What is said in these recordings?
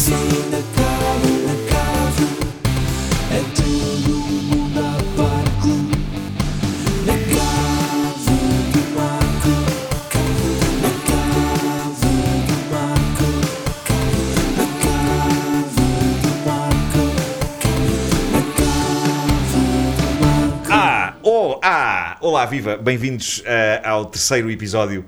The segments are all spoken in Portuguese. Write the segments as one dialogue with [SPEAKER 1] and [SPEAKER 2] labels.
[SPEAKER 1] inacaba, inacaba. É tudo muda barco. Na casa do Marco. Na casa do Marco. Na casa do Marco. Na casa do Marco.
[SPEAKER 2] Ah, oh, ah, olá viva, bem-vindos eh, ao terceiro episódio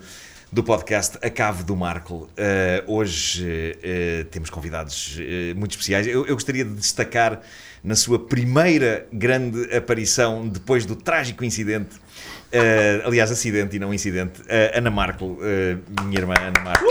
[SPEAKER 2] do podcast A Cave do Marco. Eh, hoje eh, eh, temos convidados eh, muito especiais. Eu, eu gostaria de destacar na sua primeira grande aparição depois do trágico incidente, eh, aliás, acidente e não incidente, eh, Ana Marco, eh, minha irmã Ana Marco.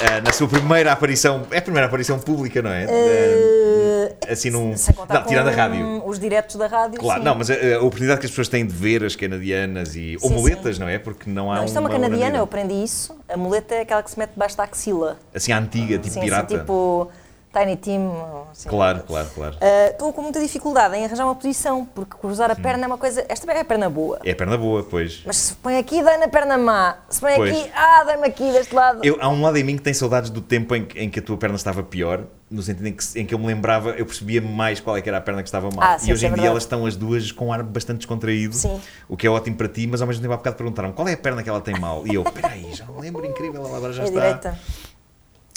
[SPEAKER 2] Eh, na sua primeira aparição, é a primeira aparição pública, não é? Eh, assim num.
[SPEAKER 3] Sem contar
[SPEAKER 2] não, tirando a
[SPEAKER 3] com
[SPEAKER 2] rádio.
[SPEAKER 3] Os diretos da rádio.
[SPEAKER 2] Claro,
[SPEAKER 3] sim.
[SPEAKER 2] não, mas eh, a, a oportunidade que as pessoas têm de ver as canadianas e. ou
[SPEAKER 3] Sim,
[SPEAKER 2] muletas, não é? Porque não há.
[SPEAKER 3] Não, isto é uma
[SPEAKER 2] maneira-
[SPEAKER 3] canadiana, eu aprendi isso. A muleta é aquela que se mete debaixo da axila.
[SPEAKER 2] Assim, a antiga, tipo
[SPEAKER 3] Sim,
[SPEAKER 2] pirata.
[SPEAKER 3] assim, tipo Tiny Team. Assim.
[SPEAKER 2] Claro, claro, claro.
[SPEAKER 3] Ah, Estou com muita dificuldade em arranjar uma posição, porque cruzar a perna é uma coisa. Esta é a perna boa.
[SPEAKER 2] É a perna boa, pois.
[SPEAKER 3] Mas se põe aqui, dá na perna má. Se põe
[SPEAKER 2] Pois.
[SPEAKER 3] aqui, ah, dá-me aqui deste lado.
[SPEAKER 2] Eu, há um lado em mim que tem saudades do tempo em, que- em que a tua perna estava pior, no sentido em que, se- em que eu me lembrava, eu percebia mais qual é que era a perna que estava mal.
[SPEAKER 3] Ah, sim,
[SPEAKER 2] e hoje
[SPEAKER 3] isso
[SPEAKER 2] em
[SPEAKER 3] é
[SPEAKER 2] dia
[SPEAKER 3] verdade.
[SPEAKER 2] elas estão as duas com um ar bastante descontraído,
[SPEAKER 3] Sim.
[SPEAKER 2] o que é ótimo para ti, mas ao mesmo tempo há bocado perguntaram qual é a perna que ela tem mal. E eu, peraí, já me lembro, incrível, ela agora já
[SPEAKER 3] é
[SPEAKER 2] está.
[SPEAKER 3] direita.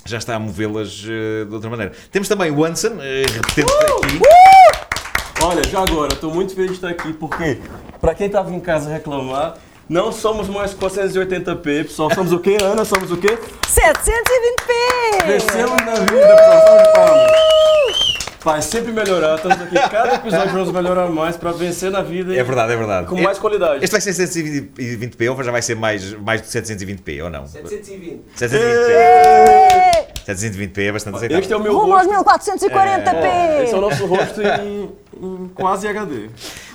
[SPEAKER 2] já está a movê-las eh, de outra maneira. Temos também o Anson, eh, repetente
[SPEAKER 3] Uh,
[SPEAKER 2] aqui.
[SPEAKER 4] Olha, já agora, estou muito feliz de estar aqui porque, para quem estava em casa reclamar, não somos mais 480p, pessoal. Somos o quê, Ana? Somos o quê?
[SPEAKER 3] 720p!
[SPEAKER 4] Crescemos na vida, pessoal. Salve de palmas. Vai sempre melhorar. Estamos aqui, cada episódio vamos melhorar mais para vencer na vida.
[SPEAKER 2] É verdade, é verdade.
[SPEAKER 4] Com mais qualidade.
[SPEAKER 2] Este vai ser 720p ou já vai ser mais, mais de 720p ou não?
[SPEAKER 4] 720.
[SPEAKER 2] 720p. 720p é bastante aceitável.
[SPEAKER 4] Eh! Este é o meu
[SPEAKER 3] Rumo aos
[SPEAKER 4] rosto.
[SPEAKER 3] 1440p!
[SPEAKER 4] Esse é o nosso rosto em, em quase HD.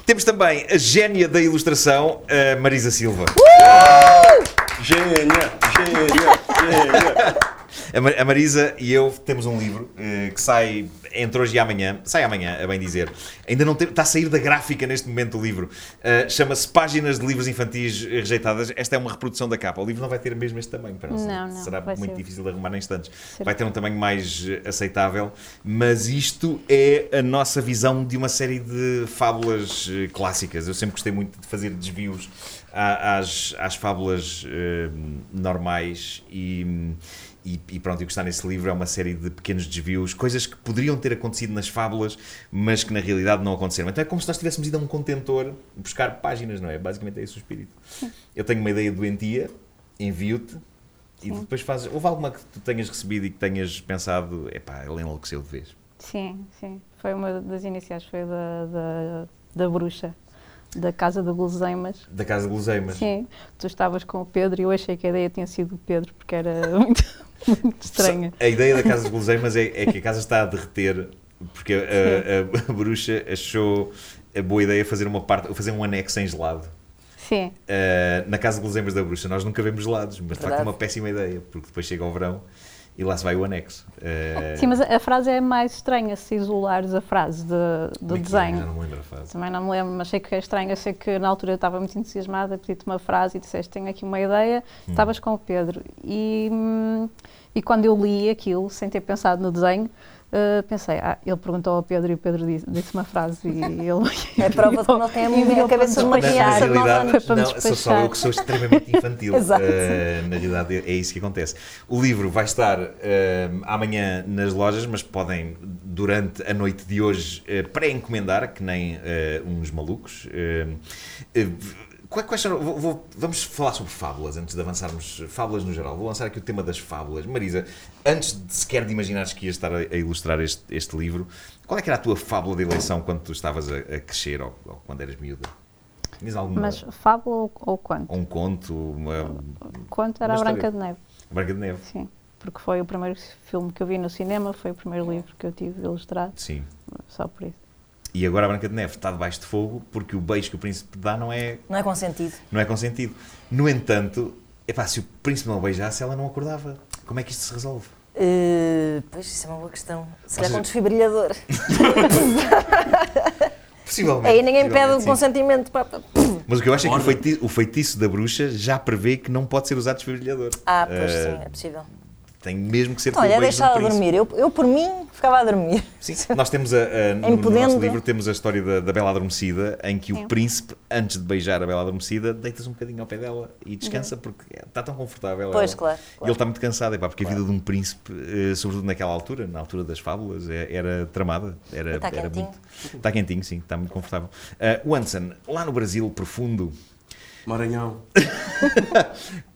[SPEAKER 2] Temos também a génia da ilustração, a Marisa Silva.
[SPEAKER 4] Gênia, gênia, gênia.
[SPEAKER 2] A Ma- A Marisa e eu temos um livro eh, que sai entre hoje e amanhã. Sai amanhã, a bem dizer. Ainda não tem- está a sair da gráfica neste momento o livro. Eh, Chama-se Páginas de Livros Infantis Rejeitadas. Esta é uma reprodução da capa. O livro não vai ter mesmo este tamanho. Para
[SPEAKER 5] Não, não,
[SPEAKER 2] Será
[SPEAKER 5] vai
[SPEAKER 2] muito
[SPEAKER 5] ser-
[SPEAKER 2] difícil de arrumar em instantes. Vai ter um tamanho mais eh, aceitável. Mas isto é a nossa visão de uma série de fábulas eh, clássicas. Eu sempre gostei muito de fazer desvios a- às, às fábulas eh, normais e, e, e pronto, e o que está nesse livro é uma série de pequenos desvios, coisas que poderiam ter acontecido nas fábulas, mas que na realidade não aconteceram. Então é como se nós tivéssemos ido a um contentor buscar páginas, não é? Basicamente é esse o espírito. Eu tenho uma ideia doentia, envio-te e depois fazes. Houve alguma que tu tenhas recebido e que tenhas pensado, epá, ele enlouqueceu de vez.
[SPEAKER 5] Sim, sim. Foi uma das iniciais, foi da, da, da bruxa, da casa do guloseimas.
[SPEAKER 2] Da casa de guloseimas.
[SPEAKER 5] Sim, tu estavas com o Pedro e eu achei que a ideia tinha sido o Pedro, porque era muito, muito estranha.
[SPEAKER 2] A ideia da casa de guloseimas é, é que a casa está a derreter porque a, a- a bruxa achou a boa ideia fazer uma parte, fazer um anexo em gelado.
[SPEAKER 5] Sim,
[SPEAKER 2] Uh, na casa de guloseimas da bruxa nós nunca vemos gelados, mas de facto é
[SPEAKER 3] Verdade.
[SPEAKER 2] uma péssima ideia, porque depois chega ao verão e lá se vai o anexo. Uh,
[SPEAKER 5] sim, mas a a frase é mais estranha se isolares a frase de- do
[SPEAKER 2] como é que é? Já
[SPEAKER 5] desenho.
[SPEAKER 2] não me lembro a frase.
[SPEAKER 5] Também não me lembro, mas sei que é estranho. Eu sei que na altura eu estava muito entusiasmada, pedi-te uma frase e disseste: Tenho aqui uma ideia.
[SPEAKER 2] Hum.
[SPEAKER 5] Estavas com o Pedro. E, hum, e quando eu li aquilo, sem ter pensado no desenho, eh, pensei: Ah, ele perguntou ao Pedro e o Pedro disse, disse uma frase. E ele.
[SPEAKER 3] É prova de que não tem a mínima cabeça de uma
[SPEAKER 2] Na, na
[SPEAKER 3] criança de nove
[SPEAKER 2] realidade,
[SPEAKER 3] anos.
[SPEAKER 5] para me
[SPEAKER 2] não, sou só
[SPEAKER 5] despachar.
[SPEAKER 2] eu que sou extremamente infantil.
[SPEAKER 3] Exato.
[SPEAKER 2] Uh, na realidade, é isso que acontece. O livro vai estar uh, amanhã nas lojas, mas podem, durante a noite de hoje, uh, pré-encomendar, que nem uh, uns malucos. Uh, uh, Quais quais são, vou- vou- vamos falar sobre fábulas antes de avançarmos. Fábulas no geral. Vou lançar aqui o tema das fábulas. Marisa, antes de sequer de imaginares que ias estar a, a ilustrar este, este livro, qual é que era a tua fábula de eleição quando tu estavas a, a crescer ou, ou quando eras miúda? Tinhas alguma?
[SPEAKER 5] Mas fábula ou, ou conto?
[SPEAKER 2] Ou um conto? Uma
[SPEAKER 5] Conto era
[SPEAKER 2] Uma
[SPEAKER 5] a Branca
[SPEAKER 2] história.
[SPEAKER 5] de Neve,
[SPEAKER 2] Branca de Neve?
[SPEAKER 5] sim. Porque foi o primeiro filme que eu vi no cinema, foi o primeiro livro que eu tive ilustrado,
[SPEAKER 2] Sim.
[SPEAKER 5] só por isso.
[SPEAKER 2] E agora a Branca de Neve está debaixo de fogo porque o beijo que o príncipe dá não é,
[SPEAKER 3] Não é consentido.
[SPEAKER 2] não é consentido. No entanto, epá, se o príncipe não a beijasse, ela não acordava. Como é que isto se resolve?
[SPEAKER 3] Eh, pois, isso é uma boa questão. Se calhar
[SPEAKER 2] seja-
[SPEAKER 3] com um desfibrilhador.
[SPEAKER 2] Possivelmente.
[SPEAKER 3] Aí ninguém pede
[SPEAKER 2] possivelmente,
[SPEAKER 3] o
[SPEAKER 2] sim.
[SPEAKER 3] consentimento. Para...
[SPEAKER 2] Mas o que eu acho é que o feiti- o feitiço, da bruxa já prevê que não pode ser usado desfibrilhador.
[SPEAKER 3] Ah, pois
[SPEAKER 2] Eh,
[SPEAKER 3] sim, é possível.
[SPEAKER 2] Tem mesmo que ser
[SPEAKER 3] Então,
[SPEAKER 2] pelo
[SPEAKER 3] olha,
[SPEAKER 2] beijo do
[SPEAKER 3] deixá-la
[SPEAKER 2] príncipe.
[SPEAKER 3] dormir. Eu, eu, por mim, ficava a dormir.
[SPEAKER 2] Sim, nós temos a,
[SPEAKER 3] É
[SPEAKER 2] a- no, no nosso
[SPEAKER 3] Podendo.
[SPEAKER 2] livro temos a história da, da Bela Adormecida, em que o
[SPEAKER 3] É.
[SPEAKER 5] Sim.
[SPEAKER 2] príncipe, antes de beijar a Bela Adormecida, deita-se um bocadinho ao pé dela e descansa porque está tão confortável.
[SPEAKER 3] Uhum. Pois,
[SPEAKER 2] ela.
[SPEAKER 3] claro,
[SPEAKER 2] E ele está muito cansado, epá, porque a vida de um príncipe, eh, sobretudo naquela altura, na altura das fábulas, é- era tramada. Era,
[SPEAKER 3] Está
[SPEAKER 2] era
[SPEAKER 3] Tá quentinho.
[SPEAKER 2] muito. Está quentinho, sim, está muito confortável. Ah, o Anson, lá no Brasil profundo,
[SPEAKER 4] Maranhão.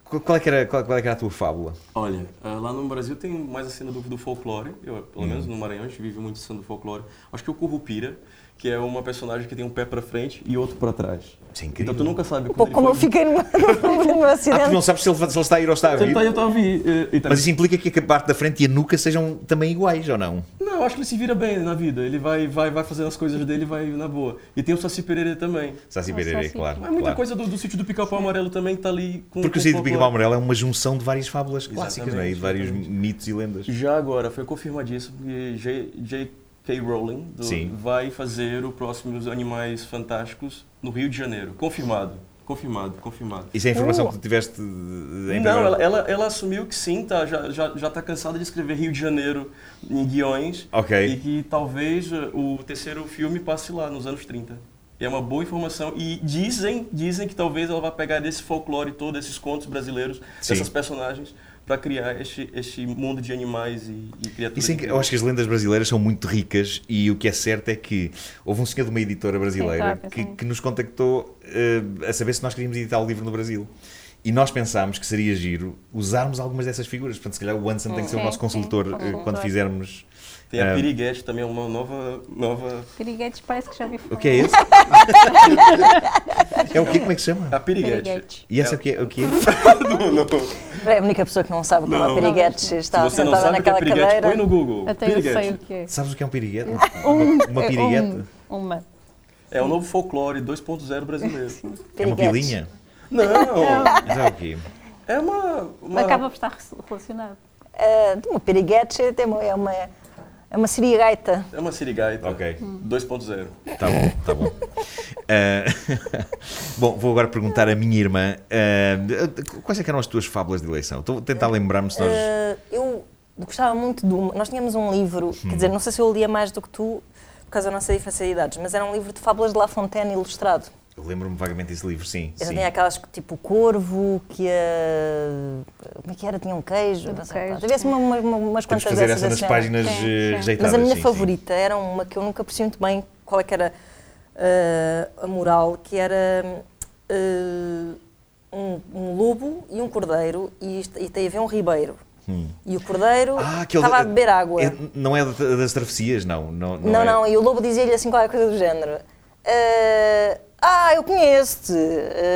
[SPEAKER 2] qu- qual é que era, qual, qual é que era a tua fábula?
[SPEAKER 4] Olha, ah, lá no Brasil tem mais a cena do, do folclore, eu, pelo menos
[SPEAKER 2] Uhum.
[SPEAKER 4] no Maranhão a gente vive muito a cena do folclore. Acho que o Currupira, que é uma personagem que tem um pé pra frente e outro pra trás.
[SPEAKER 2] Isso é incrível.
[SPEAKER 4] Então tu nunca sabe
[SPEAKER 3] Pô,
[SPEAKER 4] quando
[SPEAKER 3] como eu
[SPEAKER 4] ele foi...
[SPEAKER 3] fiquei numa- num
[SPEAKER 2] Ah, porque não
[SPEAKER 3] acidente.
[SPEAKER 2] sabes se ele, se ele está a ir ou está a vir.
[SPEAKER 4] Ele tá, eu tava vi, e, e tá-
[SPEAKER 2] Mas isso implica que a parte da frente e a nuca sejam também iguais, ou não?
[SPEAKER 4] Não, acho que ele se vira bem na vida. Ele vai, vai, vai fazendo as coisas dele e vai na boa. E tem o Saci Pererê também.
[SPEAKER 2] Saci
[SPEAKER 5] Ah,
[SPEAKER 2] Pererê,
[SPEAKER 5] Saci.
[SPEAKER 2] é, claro.
[SPEAKER 4] Mas É muita
[SPEAKER 2] claro.
[SPEAKER 4] coisa do, do sítio do Pica-Pau Amarelo também que tá ali com
[SPEAKER 2] Porque
[SPEAKER 4] com
[SPEAKER 2] o Cid do
[SPEAKER 4] folclore.
[SPEAKER 2] Pica-Pau Amarelo é uma junção de várias fábulas clássicas,
[SPEAKER 4] Exatamente,
[SPEAKER 2] não é? E de vários
[SPEAKER 4] exatamente.
[SPEAKER 2] mitos e lendas.
[SPEAKER 4] Já agora, foi confirmadíssimo que J- J.K. Rowling do-
[SPEAKER 2] Sim.
[SPEAKER 4] vai fazer o próximo Os Animais Fantásticos no Rio de Janeiro. Confirmado. Confirmado, confirmado.
[SPEAKER 2] Isso é a informação
[SPEAKER 3] Uh.
[SPEAKER 2] que tu tiveste eh, em
[SPEAKER 4] Oh. Não,
[SPEAKER 2] primeira-
[SPEAKER 4] ela, é ela, ela assumiu que sim, tá, já, já, já tá cansada de escrever Rio de Janeiro em guiões.
[SPEAKER 2] Ok.
[SPEAKER 4] E que talvez eh, o terceiro filme passe lá, nos anos 30. E é uma boa informação. E dizem, dizem que talvez ela vá pegar desse folclore todo, esses contos brasileiros,
[SPEAKER 2] Sim.
[SPEAKER 4] dessas personagens, para criar este, este mundo de animais e, e criaturas.
[SPEAKER 2] Isso é que- eu acho que as lendas brasileiras são muito ricas e o que é certo é que houve um senhor de uma editora brasileira
[SPEAKER 5] Sim, claro,
[SPEAKER 2] que,
[SPEAKER 5] sim.
[SPEAKER 2] que nos contactou eh, a saber se nós queríamos editar o livro no Brasil. E nós pensámos que seria giro usarmos algumas dessas figuras. Portanto, se calhar o Anson tem que ser o
[SPEAKER 5] Sim,
[SPEAKER 2] nosso
[SPEAKER 5] sim,
[SPEAKER 2] consultor eh,
[SPEAKER 5] consultor.
[SPEAKER 2] quando fizermos.
[SPEAKER 4] Tem a
[SPEAKER 2] Ah.
[SPEAKER 4] Piriguete também, é uma nova, nova...
[SPEAKER 5] Piriguetes parece que já vi falar.
[SPEAKER 2] O que é esse? é o quê? Como é que se
[SPEAKER 4] A
[SPEAKER 2] chama?
[SPEAKER 4] Piriguete.
[SPEAKER 5] Piriguete.
[SPEAKER 2] E essa é o quê? O quê?
[SPEAKER 4] Não, não.
[SPEAKER 3] É a única pessoa que não sabe como
[SPEAKER 4] Não.
[SPEAKER 3] a Periguetes
[SPEAKER 4] Se
[SPEAKER 3] está
[SPEAKER 4] você não
[SPEAKER 3] sentada
[SPEAKER 4] sabe o que é
[SPEAKER 3] Tá, naquela
[SPEAKER 4] Piriguete,
[SPEAKER 3] cadeira.
[SPEAKER 4] põe no Google.
[SPEAKER 5] Até eu sei
[SPEAKER 4] Piriguete.
[SPEAKER 5] o que é.
[SPEAKER 2] Sabes o que é um piriguete? Uma, uma
[SPEAKER 5] É
[SPEAKER 2] piriguete?
[SPEAKER 5] Um, uma.
[SPEAKER 4] É o novo folclore 2.0 brasileiro.
[SPEAKER 2] É uma
[SPEAKER 3] Piriguetes.
[SPEAKER 2] pilinha?
[SPEAKER 4] Não,
[SPEAKER 2] Mas é o quê?
[SPEAKER 4] é uma... uma-
[SPEAKER 5] Acaba por estar relacionado.
[SPEAKER 3] Ah, uma Periguetes é até uma, é uma, é uma sirigaita.
[SPEAKER 4] É uma sirigaita.
[SPEAKER 2] Ok.
[SPEAKER 4] 2.0.
[SPEAKER 2] Tá bom, tá bom. Ah, bom, vou agora perguntar à minha irmã ah, quais é que eram as tuas fábulas de eleição? Estou a tentar lembrar-me se nós.
[SPEAKER 3] Eh, eu gostava muito de uma. Nós tínhamos um livro, quer dizer, não sei se eu lia mais do que tu, por causa da nossa diferença de idades, mas era um livro de fábulas de La Fontaine ilustrado.
[SPEAKER 2] Eu lembro-me vagamente desse livro, sim.
[SPEAKER 3] Eu
[SPEAKER 2] sim.
[SPEAKER 3] tinha aquelas que, tipo o corvo, que a. Como é que era? Tinha um queijo.
[SPEAKER 5] Um
[SPEAKER 3] não sei,
[SPEAKER 5] queijo,
[SPEAKER 3] Havia assim uma- uma- uma- umas
[SPEAKER 2] Temos
[SPEAKER 3] quantas
[SPEAKER 2] que fazer
[SPEAKER 3] dessas
[SPEAKER 2] essa nas
[SPEAKER 3] assim,
[SPEAKER 2] páginas
[SPEAKER 5] Sim,
[SPEAKER 2] eh,
[SPEAKER 5] sim. Mas a
[SPEAKER 2] rejeitadas.
[SPEAKER 3] Mas a minha
[SPEAKER 2] sim, sim.
[SPEAKER 3] favorita era uma que eu nunca percebi muito bem qual é que era eh, a moral, que era eh, um, um lobo e um cordeiro e, isto- e tem a ver um ribeiro. E o cordeiro
[SPEAKER 2] Hum. Ah, aquele-
[SPEAKER 3] estava a beber água.
[SPEAKER 2] é- não é da- das travessias, não. Não, não,
[SPEAKER 3] Não,
[SPEAKER 2] é.
[SPEAKER 3] não, e o lobo dizia-lhe assim qualquer coisa do género. "Ah, ah, eu conheço-te.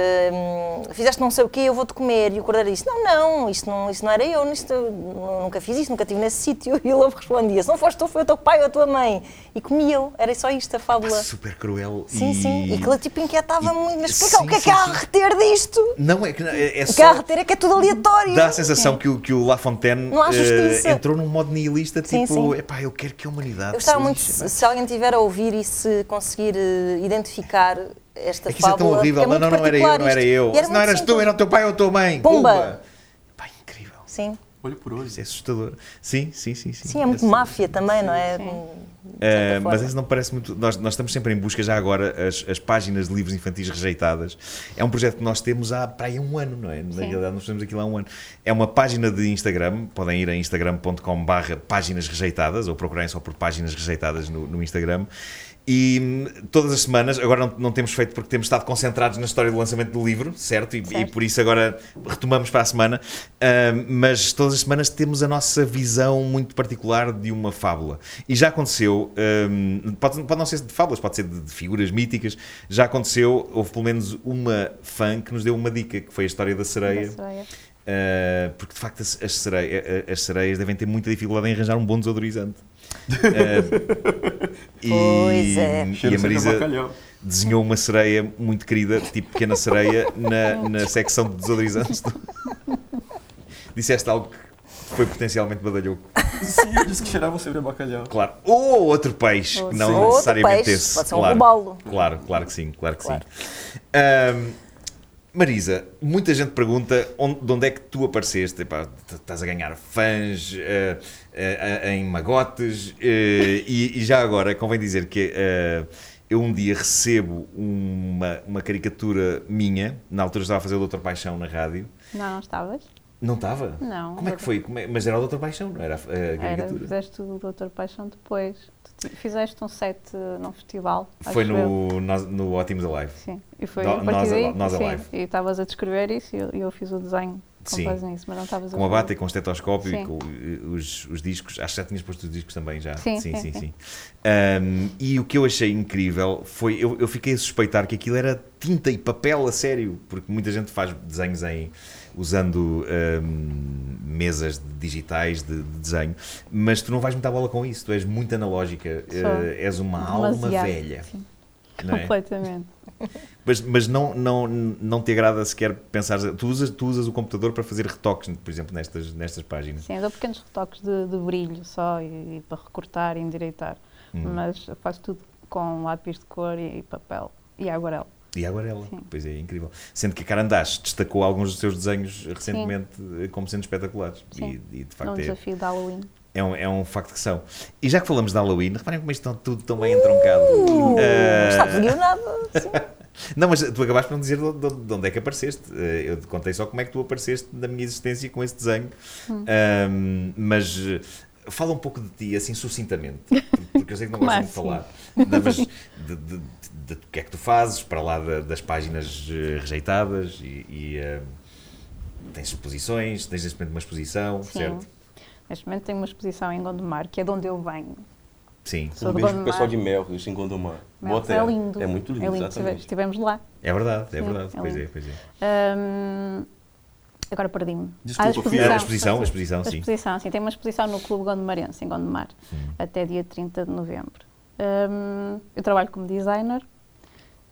[SPEAKER 3] ah, fizeste não sei o quê, eu vou-te comer. E o cordeiro disse, não, não, isso não, isso não era eu, isto, eu nunca fiz isso, nunca estive nesse sítio. E o lobo respondia, se não foste tu, foi o teu pai ou a tua mãe. E comia-o, era só isto a fábula.
[SPEAKER 2] Super cruel.
[SPEAKER 3] Sim,
[SPEAKER 2] e...
[SPEAKER 3] sim, e aquilo tipo inquietava
[SPEAKER 2] e-
[SPEAKER 3] muito, mas explica
[SPEAKER 2] sim,
[SPEAKER 3] o que é
[SPEAKER 2] sim,
[SPEAKER 3] que há a
[SPEAKER 2] sim.
[SPEAKER 3] reter disto?
[SPEAKER 2] Não, é que é, é
[SPEAKER 3] O que há a
[SPEAKER 2] só.
[SPEAKER 3] reter é que é tudo aleatório.
[SPEAKER 2] Dá a sensação que o, que o La Fontaine
[SPEAKER 3] Não há
[SPEAKER 2] eh,
[SPEAKER 3] justiça.
[SPEAKER 2] entrou num modo nihilista,
[SPEAKER 3] é- Sim,
[SPEAKER 2] tipo,
[SPEAKER 3] sim.
[SPEAKER 2] epá, eu quero que a humanidade.
[SPEAKER 3] Eu gostava
[SPEAKER 2] se
[SPEAKER 3] muito,
[SPEAKER 2] lixe,
[SPEAKER 3] se,
[SPEAKER 2] pá."
[SPEAKER 3] se alguém tiver a ouvir e se conseguir eh, identificar esta
[SPEAKER 2] É que isso é tão
[SPEAKER 3] fábula,
[SPEAKER 2] horrível.
[SPEAKER 3] porque
[SPEAKER 2] não,
[SPEAKER 3] muito
[SPEAKER 2] não, não era eu,
[SPEAKER 3] particular
[SPEAKER 2] não era
[SPEAKER 3] isto.
[SPEAKER 2] eu.
[SPEAKER 3] E era
[SPEAKER 2] Se não
[SPEAKER 3] muito
[SPEAKER 2] eras tu,
[SPEAKER 3] simples.
[SPEAKER 2] era um- o teu pai ou a tua mãe.
[SPEAKER 3] Pumba.
[SPEAKER 2] Pá, incrível.
[SPEAKER 3] Sim,
[SPEAKER 4] Olho por olho.
[SPEAKER 2] Isso é assustador. Sim, sim, sim. Sim,
[SPEAKER 3] sim, é muito
[SPEAKER 2] Esse-
[SPEAKER 3] máfia também, não é?
[SPEAKER 2] Uh,
[SPEAKER 3] certa
[SPEAKER 2] mas
[SPEAKER 3] forma.
[SPEAKER 2] isso não parece muito. Nós, nós estamos sempre em busca, já agora, as, as páginas de livros infantis rejeitadas. É um projeto que nós temos há para aí um ano, não é? Na
[SPEAKER 5] Sim.
[SPEAKER 2] realidade, nós temos aquilo há um ano. É uma página de Instagram, podem ir a instagram.com/barra páginas rejeitadas ou procurem só por páginas rejeitadas no, no Instagram. E hum, todas as semanas, agora não, não temos feito porque temos estado concentrados na história do lançamento do livro, certo? E, e
[SPEAKER 5] Certo.
[SPEAKER 2] por isso agora retomamos para a semana. Uh, mas todas as semanas temos a nossa visão muito particular de uma fábula. E já aconteceu, um, pode, pode não ser de fábulas, pode ser de, de figuras míticas. Já aconteceu, houve pelo menos uma fã que nos deu uma dica, que foi a história da sereia.
[SPEAKER 5] Da sereia.
[SPEAKER 2] Uh, porque de facto as, as sereia- a- as sereias devem ter muita dificuldade em arranjar um bom desodorizante. Uh, e,
[SPEAKER 3] Pois é.
[SPEAKER 2] e a
[SPEAKER 4] Cheiro sempre a
[SPEAKER 2] Marisa
[SPEAKER 4] bacalhau.
[SPEAKER 2] desenhou uma sereia muito querida, tipo pequena sereia, na, na secção de desodorizantes. do- Disseste algo que foi potencialmente badalhoco.
[SPEAKER 4] Sim, eu disse que cheirava sempre a bacalhau.
[SPEAKER 2] Claro. Ou outro peixe, que não
[SPEAKER 3] sim. Outro
[SPEAKER 2] necessariamente
[SPEAKER 3] peixe,
[SPEAKER 2] esse.
[SPEAKER 3] pode ser um
[SPEAKER 2] claro.
[SPEAKER 3] robalo.
[SPEAKER 2] Claro, claro que sim, claro que
[SPEAKER 3] Claro.
[SPEAKER 2] sim. Ahm, Marisa, muita gente pergunta onde, de onde é que tu apareceste. Epá, t- estás a ganhar fãs eh, eh, eh, em magotes. eh, e, e já agora, convém dizer que eh, eu um dia recebo uma, uma caricatura minha. Na altura estava a fazer o Doutor Paixão na rádio.
[SPEAKER 5] Não, não estavas?
[SPEAKER 2] Não estava?
[SPEAKER 5] Não.
[SPEAKER 2] Como é que foi? Como é- Mas era o Doutor Paixão, não era a, a
[SPEAKER 5] Era,
[SPEAKER 2] caricatura?
[SPEAKER 5] fizeste o Doutor Paixão depois. Tu ti- Fizeste um set eh, num festival. acho
[SPEAKER 2] Foi
[SPEAKER 5] eu.
[SPEAKER 2] no, nós- no Ótimos Alive.
[SPEAKER 5] Sim, e foi
[SPEAKER 2] No-
[SPEAKER 5] a
[SPEAKER 2] Nós
[SPEAKER 5] partir daí.
[SPEAKER 2] Alive- Nós
[SPEAKER 5] sim,
[SPEAKER 2] Alive.
[SPEAKER 5] E estavas a descrever isso e eu, eu fiz o desenho com
[SPEAKER 2] Sim.
[SPEAKER 5] base nisso, mas não estavas a
[SPEAKER 2] Com a
[SPEAKER 5] falar.
[SPEAKER 2] bata e com o estetoscópio e
[SPEAKER 5] Sim.
[SPEAKER 2] com eh, os, os discos. Acho que já tinhas posto os discos também já.
[SPEAKER 5] Sim, sim, sim.
[SPEAKER 2] Ahm, e o que eu achei incrível foi... Eu, eu fiquei a suspeitar que aquilo era tinta e papel a sério. Porque muita gente faz desenhos em... Usando ahm, mesas digitais de, de desenho. Mas tu não vais muita bola com isso. Tu és muito analógica.
[SPEAKER 5] Sou.
[SPEAKER 2] eh, és uma alma
[SPEAKER 5] Demasiado,
[SPEAKER 2] velha.
[SPEAKER 5] sim.
[SPEAKER 2] não é?
[SPEAKER 5] Completamente.
[SPEAKER 2] Mas, mas não, não, não te agrada sequer pensar. Tu usas, tu usas o computador para fazer retoques, por exemplo, nestas, nestas páginas.
[SPEAKER 5] Sim, eu dou pequenos retoques de, de brilho só e, e para recortar e endireitar.
[SPEAKER 2] Hum.
[SPEAKER 5] Mas eu faço tudo com lápis de cor e, e papel e aguarela.
[SPEAKER 2] E a aguarela,
[SPEAKER 5] Sim.
[SPEAKER 2] pois é, incrível. Sendo que a Carandache destacou alguns dos seus desenhos recentemente eh, como sendo espetaculares.
[SPEAKER 5] Sim.
[SPEAKER 2] E, e, de
[SPEAKER 5] Num
[SPEAKER 2] facto é,
[SPEAKER 5] um desafio de Halloween.
[SPEAKER 2] é, um, é um facto que são. E já que falamos de Halloween, reparem como isto está tudo tão bem entroncado.
[SPEAKER 5] Uh!
[SPEAKER 2] Eh,
[SPEAKER 3] Está tudo guionado. sim.
[SPEAKER 2] não, mas tu acabaste por não dizer de onde, de onde é que apareceste. Eh, Eu te contei só como é que tu apareceste na minha existência com esse desenho.
[SPEAKER 5] Hum.
[SPEAKER 2] Ahm, mas eh, fala um pouco de ti, assim, sucintamente. Porque eu sei que não
[SPEAKER 5] Como
[SPEAKER 2] gostas de
[SPEAKER 5] assim?
[SPEAKER 2] falar. Não, mas de, de- de- de- do que é que tu fazes, para lá da- das páginas eh, rejeitadas e. e, ahm, Tens exposições, tens neste momento uma exposição,
[SPEAKER 5] Sim.
[SPEAKER 2] um certo?
[SPEAKER 5] Neste momento tenho uma exposição em Gondomar, que é de onde eu venho.
[SPEAKER 2] Sim,
[SPEAKER 5] Sou
[SPEAKER 4] Um beijo
[SPEAKER 5] de
[SPEAKER 4] pro
[SPEAKER 5] Gondomar.
[SPEAKER 4] pessoal de Melros em Gondomar. Boa
[SPEAKER 5] Mas
[SPEAKER 4] terra.
[SPEAKER 5] é lindo.
[SPEAKER 4] É muito lindo,
[SPEAKER 5] estive-
[SPEAKER 4] exatamente.
[SPEAKER 5] Estivemos lá.
[SPEAKER 2] é verdade, é
[SPEAKER 5] Sim,
[SPEAKER 2] verdade.
[SPEAKER 5] é
[SPEAKER 2] Pois é,
[SPEAKER 5] lindo.
[SPEAKER 2] pois é.
[SPEAKER 5] Hum, agora perdi-me.
[SPEAKER 4] Desculpa,
[SPEAKER 5] Ah,
[SPEAKER 4] filha.
[SPEAKER 2] A exposição, a exposição, sim. Hum.
[SPEAKER 5] exposição, sim. Tem uma exposição no Clube Gondomarense, em Gondomar, até dia 30 de novembro. Hum, eu trabalho como designer,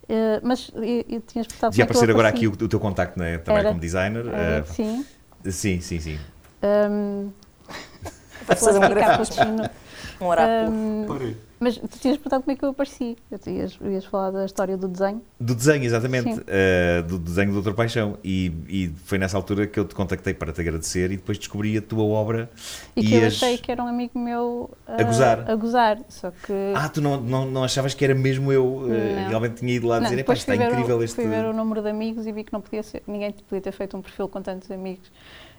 [SPEAKER 5] eh, mas eu, eu tinha perguntado como é que
[SPEAKER 2] Devia
[SPEAKER 5] eu
[SPEAKER 2] aparecer agora
[SPEAKER 5] apareci.
[SPEAKER 2] aqui o, o teu contacto, né? também
[SPEAKER 5] Era.
[SPEAKER 2] como designer.
[SPEAKER 5] Eh,
[SPEAKER 2] eh,
[SPEAKER 5] sim.
[SPEAKER 2] sim, sim, sim.
[SPEAKER 5] Hum,
[SPEAKER 3] Para fazer um
[SPEAKER 5] Latte
[SPEAKER 3] grafite.
[SPEAKER 5] cappuccino.
[SPEAKER 3] Um oráculo.
[SPEAKER 5] Hum,
[SPEAKER 4] Parei.
[SPEAKER 5] mas tu tinhas perguntado como é que eu apareci. Eu te ias, ias falar da história do desenho.
[SPEAKER 2] Do desenho, exatamente.
[SPEAKER 5] Sim.
[SPEAKER 2] eh, do desenho do Doutor Paixão. E, e foi nessa altura que eu te contactei para te agradecer e depois descobri a tua obra
[SPEAKER 5] E que eu
[SPEAKER 2] as-
[SPEAKER 5] achei que era um amigo meu
[SPEAKER 2] A gozar.
[SPEAKER 5] a gozar. Só que.
[SPEAKER 2] Ah, tu não, não, não achavas que era mesmo eu? eh,
[SPEAKER 5] Não.
[SPEAKER 2] realmente tinha ido lá
[SPEAKER 5] Não,
[SPEAKER 2] dizer, "Epá,
[SPEAKER 5] depois
[SPEAKER 2] está
[SPEAKER 5] fui ver
[SPEAKER 2] incrível
[SPEAKER 5] o,
[SPEAKER 2] este...
[SPEAKER 5] Fui ver o número de amigos e vi que não podia ser, ninguém te podia ter feito um perfil com tantos amigos.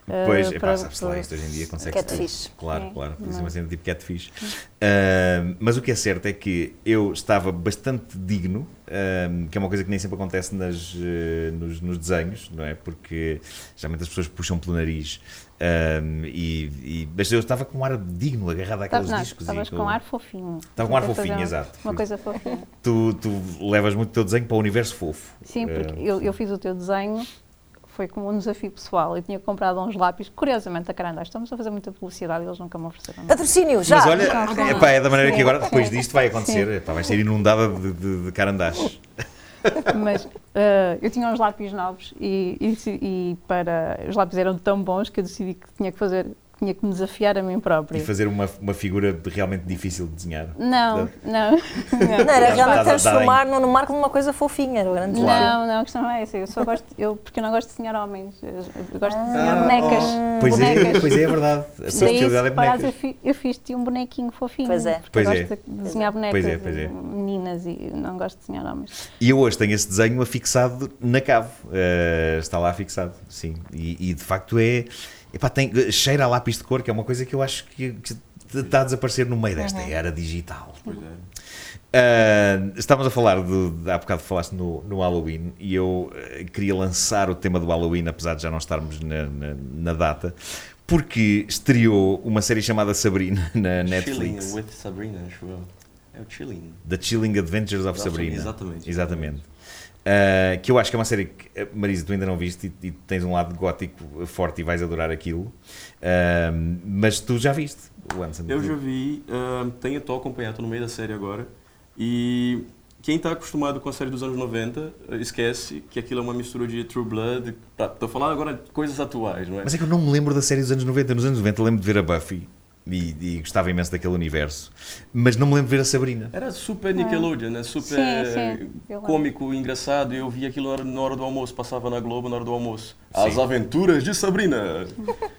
[SPEAKER 5] eh,
[SPEAKER 2] Pois, é
[SPEAKER 5] para-
[SPEAKER 2] pá, sabes lá,
[SPEAKER 5] para-
[SPEAKER 2] isto hoje em dia consegue
[SPEAKER 3] Catfish.
[SPEAKER 2] Claro,
[SPEAKER 5] É,
[SPEAKER 2] claro. Podia ser
[SPEAKER 5] não.
[SPEAKER 2] uma cena tipo catfish. Ah, mas o que é certo é que eu estava bastante digno, ah, que é uma coisa que nem sempre acontece nas, eh, nos, nos desenhos, não é? Porque geralmente as pessoas puxam pelo nariz. ah, e, e- mas eu estava com um ar digno, agarrado àqueles
[SPEAKER 5] Não,
[SPEAKER 2] discos. e
[SPEAKER 5] Tá Estavas com
[SPEAKER 2] com-
[SPEAKER 5] ar fofinho.
[SPEAKER 2] Estava com ar
[SPEAKER 5] Tentei fazer
[SPEAKER 2] fofinho,
[SPEAKER 5] uma-
[SPEAKER 2] exato.
[SPEAKER 5] Uma coisa fofinha.
[SPEAKER 2] tu, tu levas muito o teu desenho para o universo fofo.
[SPEAKER 5] Sim, porque
[SPEAKER 2] Ah,
[SPEAKER 5] eu, eu fiz o teu desenho, foi como um desafio pessoal. Eu tinha comprado uns lápis, curiosamente, a Carandás. Estamos a fazer muita publicidade e eles nunca me ofereceram. nada.
[SPEAKER 3] Patrocínio, já.
[SPEAKER 2] Mas olha, epá, é da maneira que
[SPEAKER 5] Sim.
[SPEAKER 2] agora, depois disto, vai acontecer. Epá, vais ser inundada de, de, de carandás.
[SPEAKER 5] Mas eh, eu tinha uns lápis novos e, e deci- e para, os lápis eram tão bons que eu decidi que tinha que fazer, tinha que me desafiar a mim própria.
[SPEAKER 2] E fazer uma, uma figura realmente difícil de desenhar.
[SPEAKER 5] Não, não, não.
[SPEAKER 3] Não,
[SPEAKER 2] Dá-
[SPEAKER 3] era
[SPEAKER 2] dá-
[SPEAKER 3] realmente
[SPEAKER 2] dá- dá
[SPEAKER 3] transformar no no Marco numa coisa fofinha. Era o grande
[SPEAKER 2] Claro.
[SPEAKER 5] Não, não, a questão não é essa. Eu só gosto, eu, porque eu não gosto de desenhar homens. Eu, eu gosto de desenhar
[SPEAKER 2] Ah,
[SPEAKER 5] bonecas.
[SPEAKER 2] Pois
[SPEAKER 5] bonecas.
[SPEAKER 2] é, pois é, é verdade. A sua
[SPEAKER 5] Daí, se
[SPEAKER 2] especialidade é
[SPEAKER 5] reparares, eu,
[SPEAKER 2] bonecas.
[SPEAKER 5] fi, eu fiz-te um bonequinho fofinho.
[SPEAKER 3] Pois é.
[SPEAKER 5] Porque
[SPEAKER 2] Pois
[SPEAKER 5] eu
[SPEAKER 2] é.
[SPEAKER 5] gosto de desenhar bonecas,
[SPEAKER 2] Pois é, pois é.
[SPEAKER 5] meninas, e não gosto de desenhar homens.
[SPEAKER 2] E eu hoje tenho esse desenho afixado na cave. Eh, está lá fixado, sim. E, e de facto é. Epá, tem, cheira a lápis de cor, que é uma coisa que eu acho que, que está a desaparecer no meio desta era digital.
[SPEAKER 4] Pois é.
[SPEAKER 2] Ah, estávamos a falar do, de- há bocado falaste no, no Halloween e eu eh, queria lançar o tema do Halloween, apesar de já não estarmos na, na- na data, porque estreou uma série chamada Sabrina na
[SPEAKER 4] É
[SPEAKER 2] Netflix.
[SPEAKER 4] Chilling with Sabrina, acho eu. É o Chilling.
[SPEAKER 2] The Chilling Adventures of
[SPEAKER 4] Nossa,
[SPEAKER 2] Sabrina.
[SPEAKER 4] exatamente.
[SPEAKER 2] Exatamente. Ah, que eu acho que é uma série que, eh, Marisa, tu ainda não viste e, e tens um lado gótico forte e vais adorar aquilo. Ah, mas tu já viste o Anson.
[SPEAKER 4] Eu
[SPEAKER 2] Tu-
[SPEAKER 4] já vi, ahn, tenho, tô acompanhado, tô no meio da série agora. E quem tá acostumado com a série dos anos 90, eh, esquece que aquilo é uma mistura de True Blood. Tá, tô falando agora de coisas atuais, não é?
[SPEAKER 2] Mas é que eu não me lembro da série dos anos 90. Nos anos 90 eu lembro de ver a Buffy. E, e gostava imenso daquele universo. Mas não me lembro de ver a Sabrina.
[SPEAKER 4] Era super Nickelodeon, né? Super
[SPEAKER 5] Sim, sim. Eu lembro.
[SPEAKER 4] cômico, engraçado. E eu via aquilo na hora, na hora do almoço, passava na Globo na hora do almoço. As
[SPEAKER 2] Sim.
[SPEAKER 4] Aventuras de Sabrina.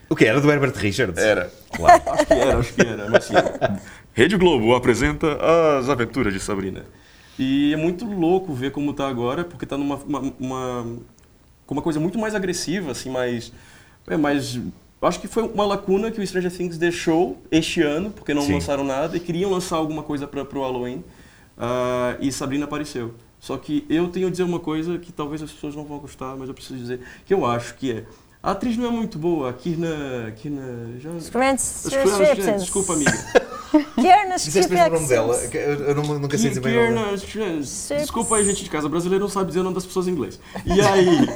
[SPEAKER 2] O que era do Herbert Richards?
[SPEAKER 4] Era.
[SPEAKER 2] Claro.
[SPEAKER 4] Acho que era, acho que era. Mas, sim. Rede Globo apresenta As Aventuras de Sabrina. E é muito louco ver como tá agora, porque tá numa uma, uma- com uma coisa muito mais agressiva, assim, mais... É, mais... Acho que foi uma lacuna que o Stranger Things deixou este ano, porque não
[SPEAKER 2] Sim.
[SPEAKER 4] lançaram nada e queriam lançar alguma coisa para o Halloween. Ah, e Sabrina apareceu. Só que eu tenho a dizer uma coisa que talvez as pessoas não vão gostar, mas eu preciso dizer, que eu acho que é... A atriz não é muito boa, a Kirna... Kirna... Jones-
[SPEAKER 3] Experience
[SPEAKER 4] as coisas-
[SPEAKER 3] Stripsons.
[SPEAKER 4] Desculpa, amiga.
[SPEAKER 3] Kiernas
[SPEAKER 2] Disseste mesmo o nome dela? que Eu, eu não- nunca sei dizer bem o nome.
[SPEAKER 4] Kierna Strans. Desculpa aí, gente de casa. Brasileiro não sabe dizer o nome das pessoas em inglês. E aí,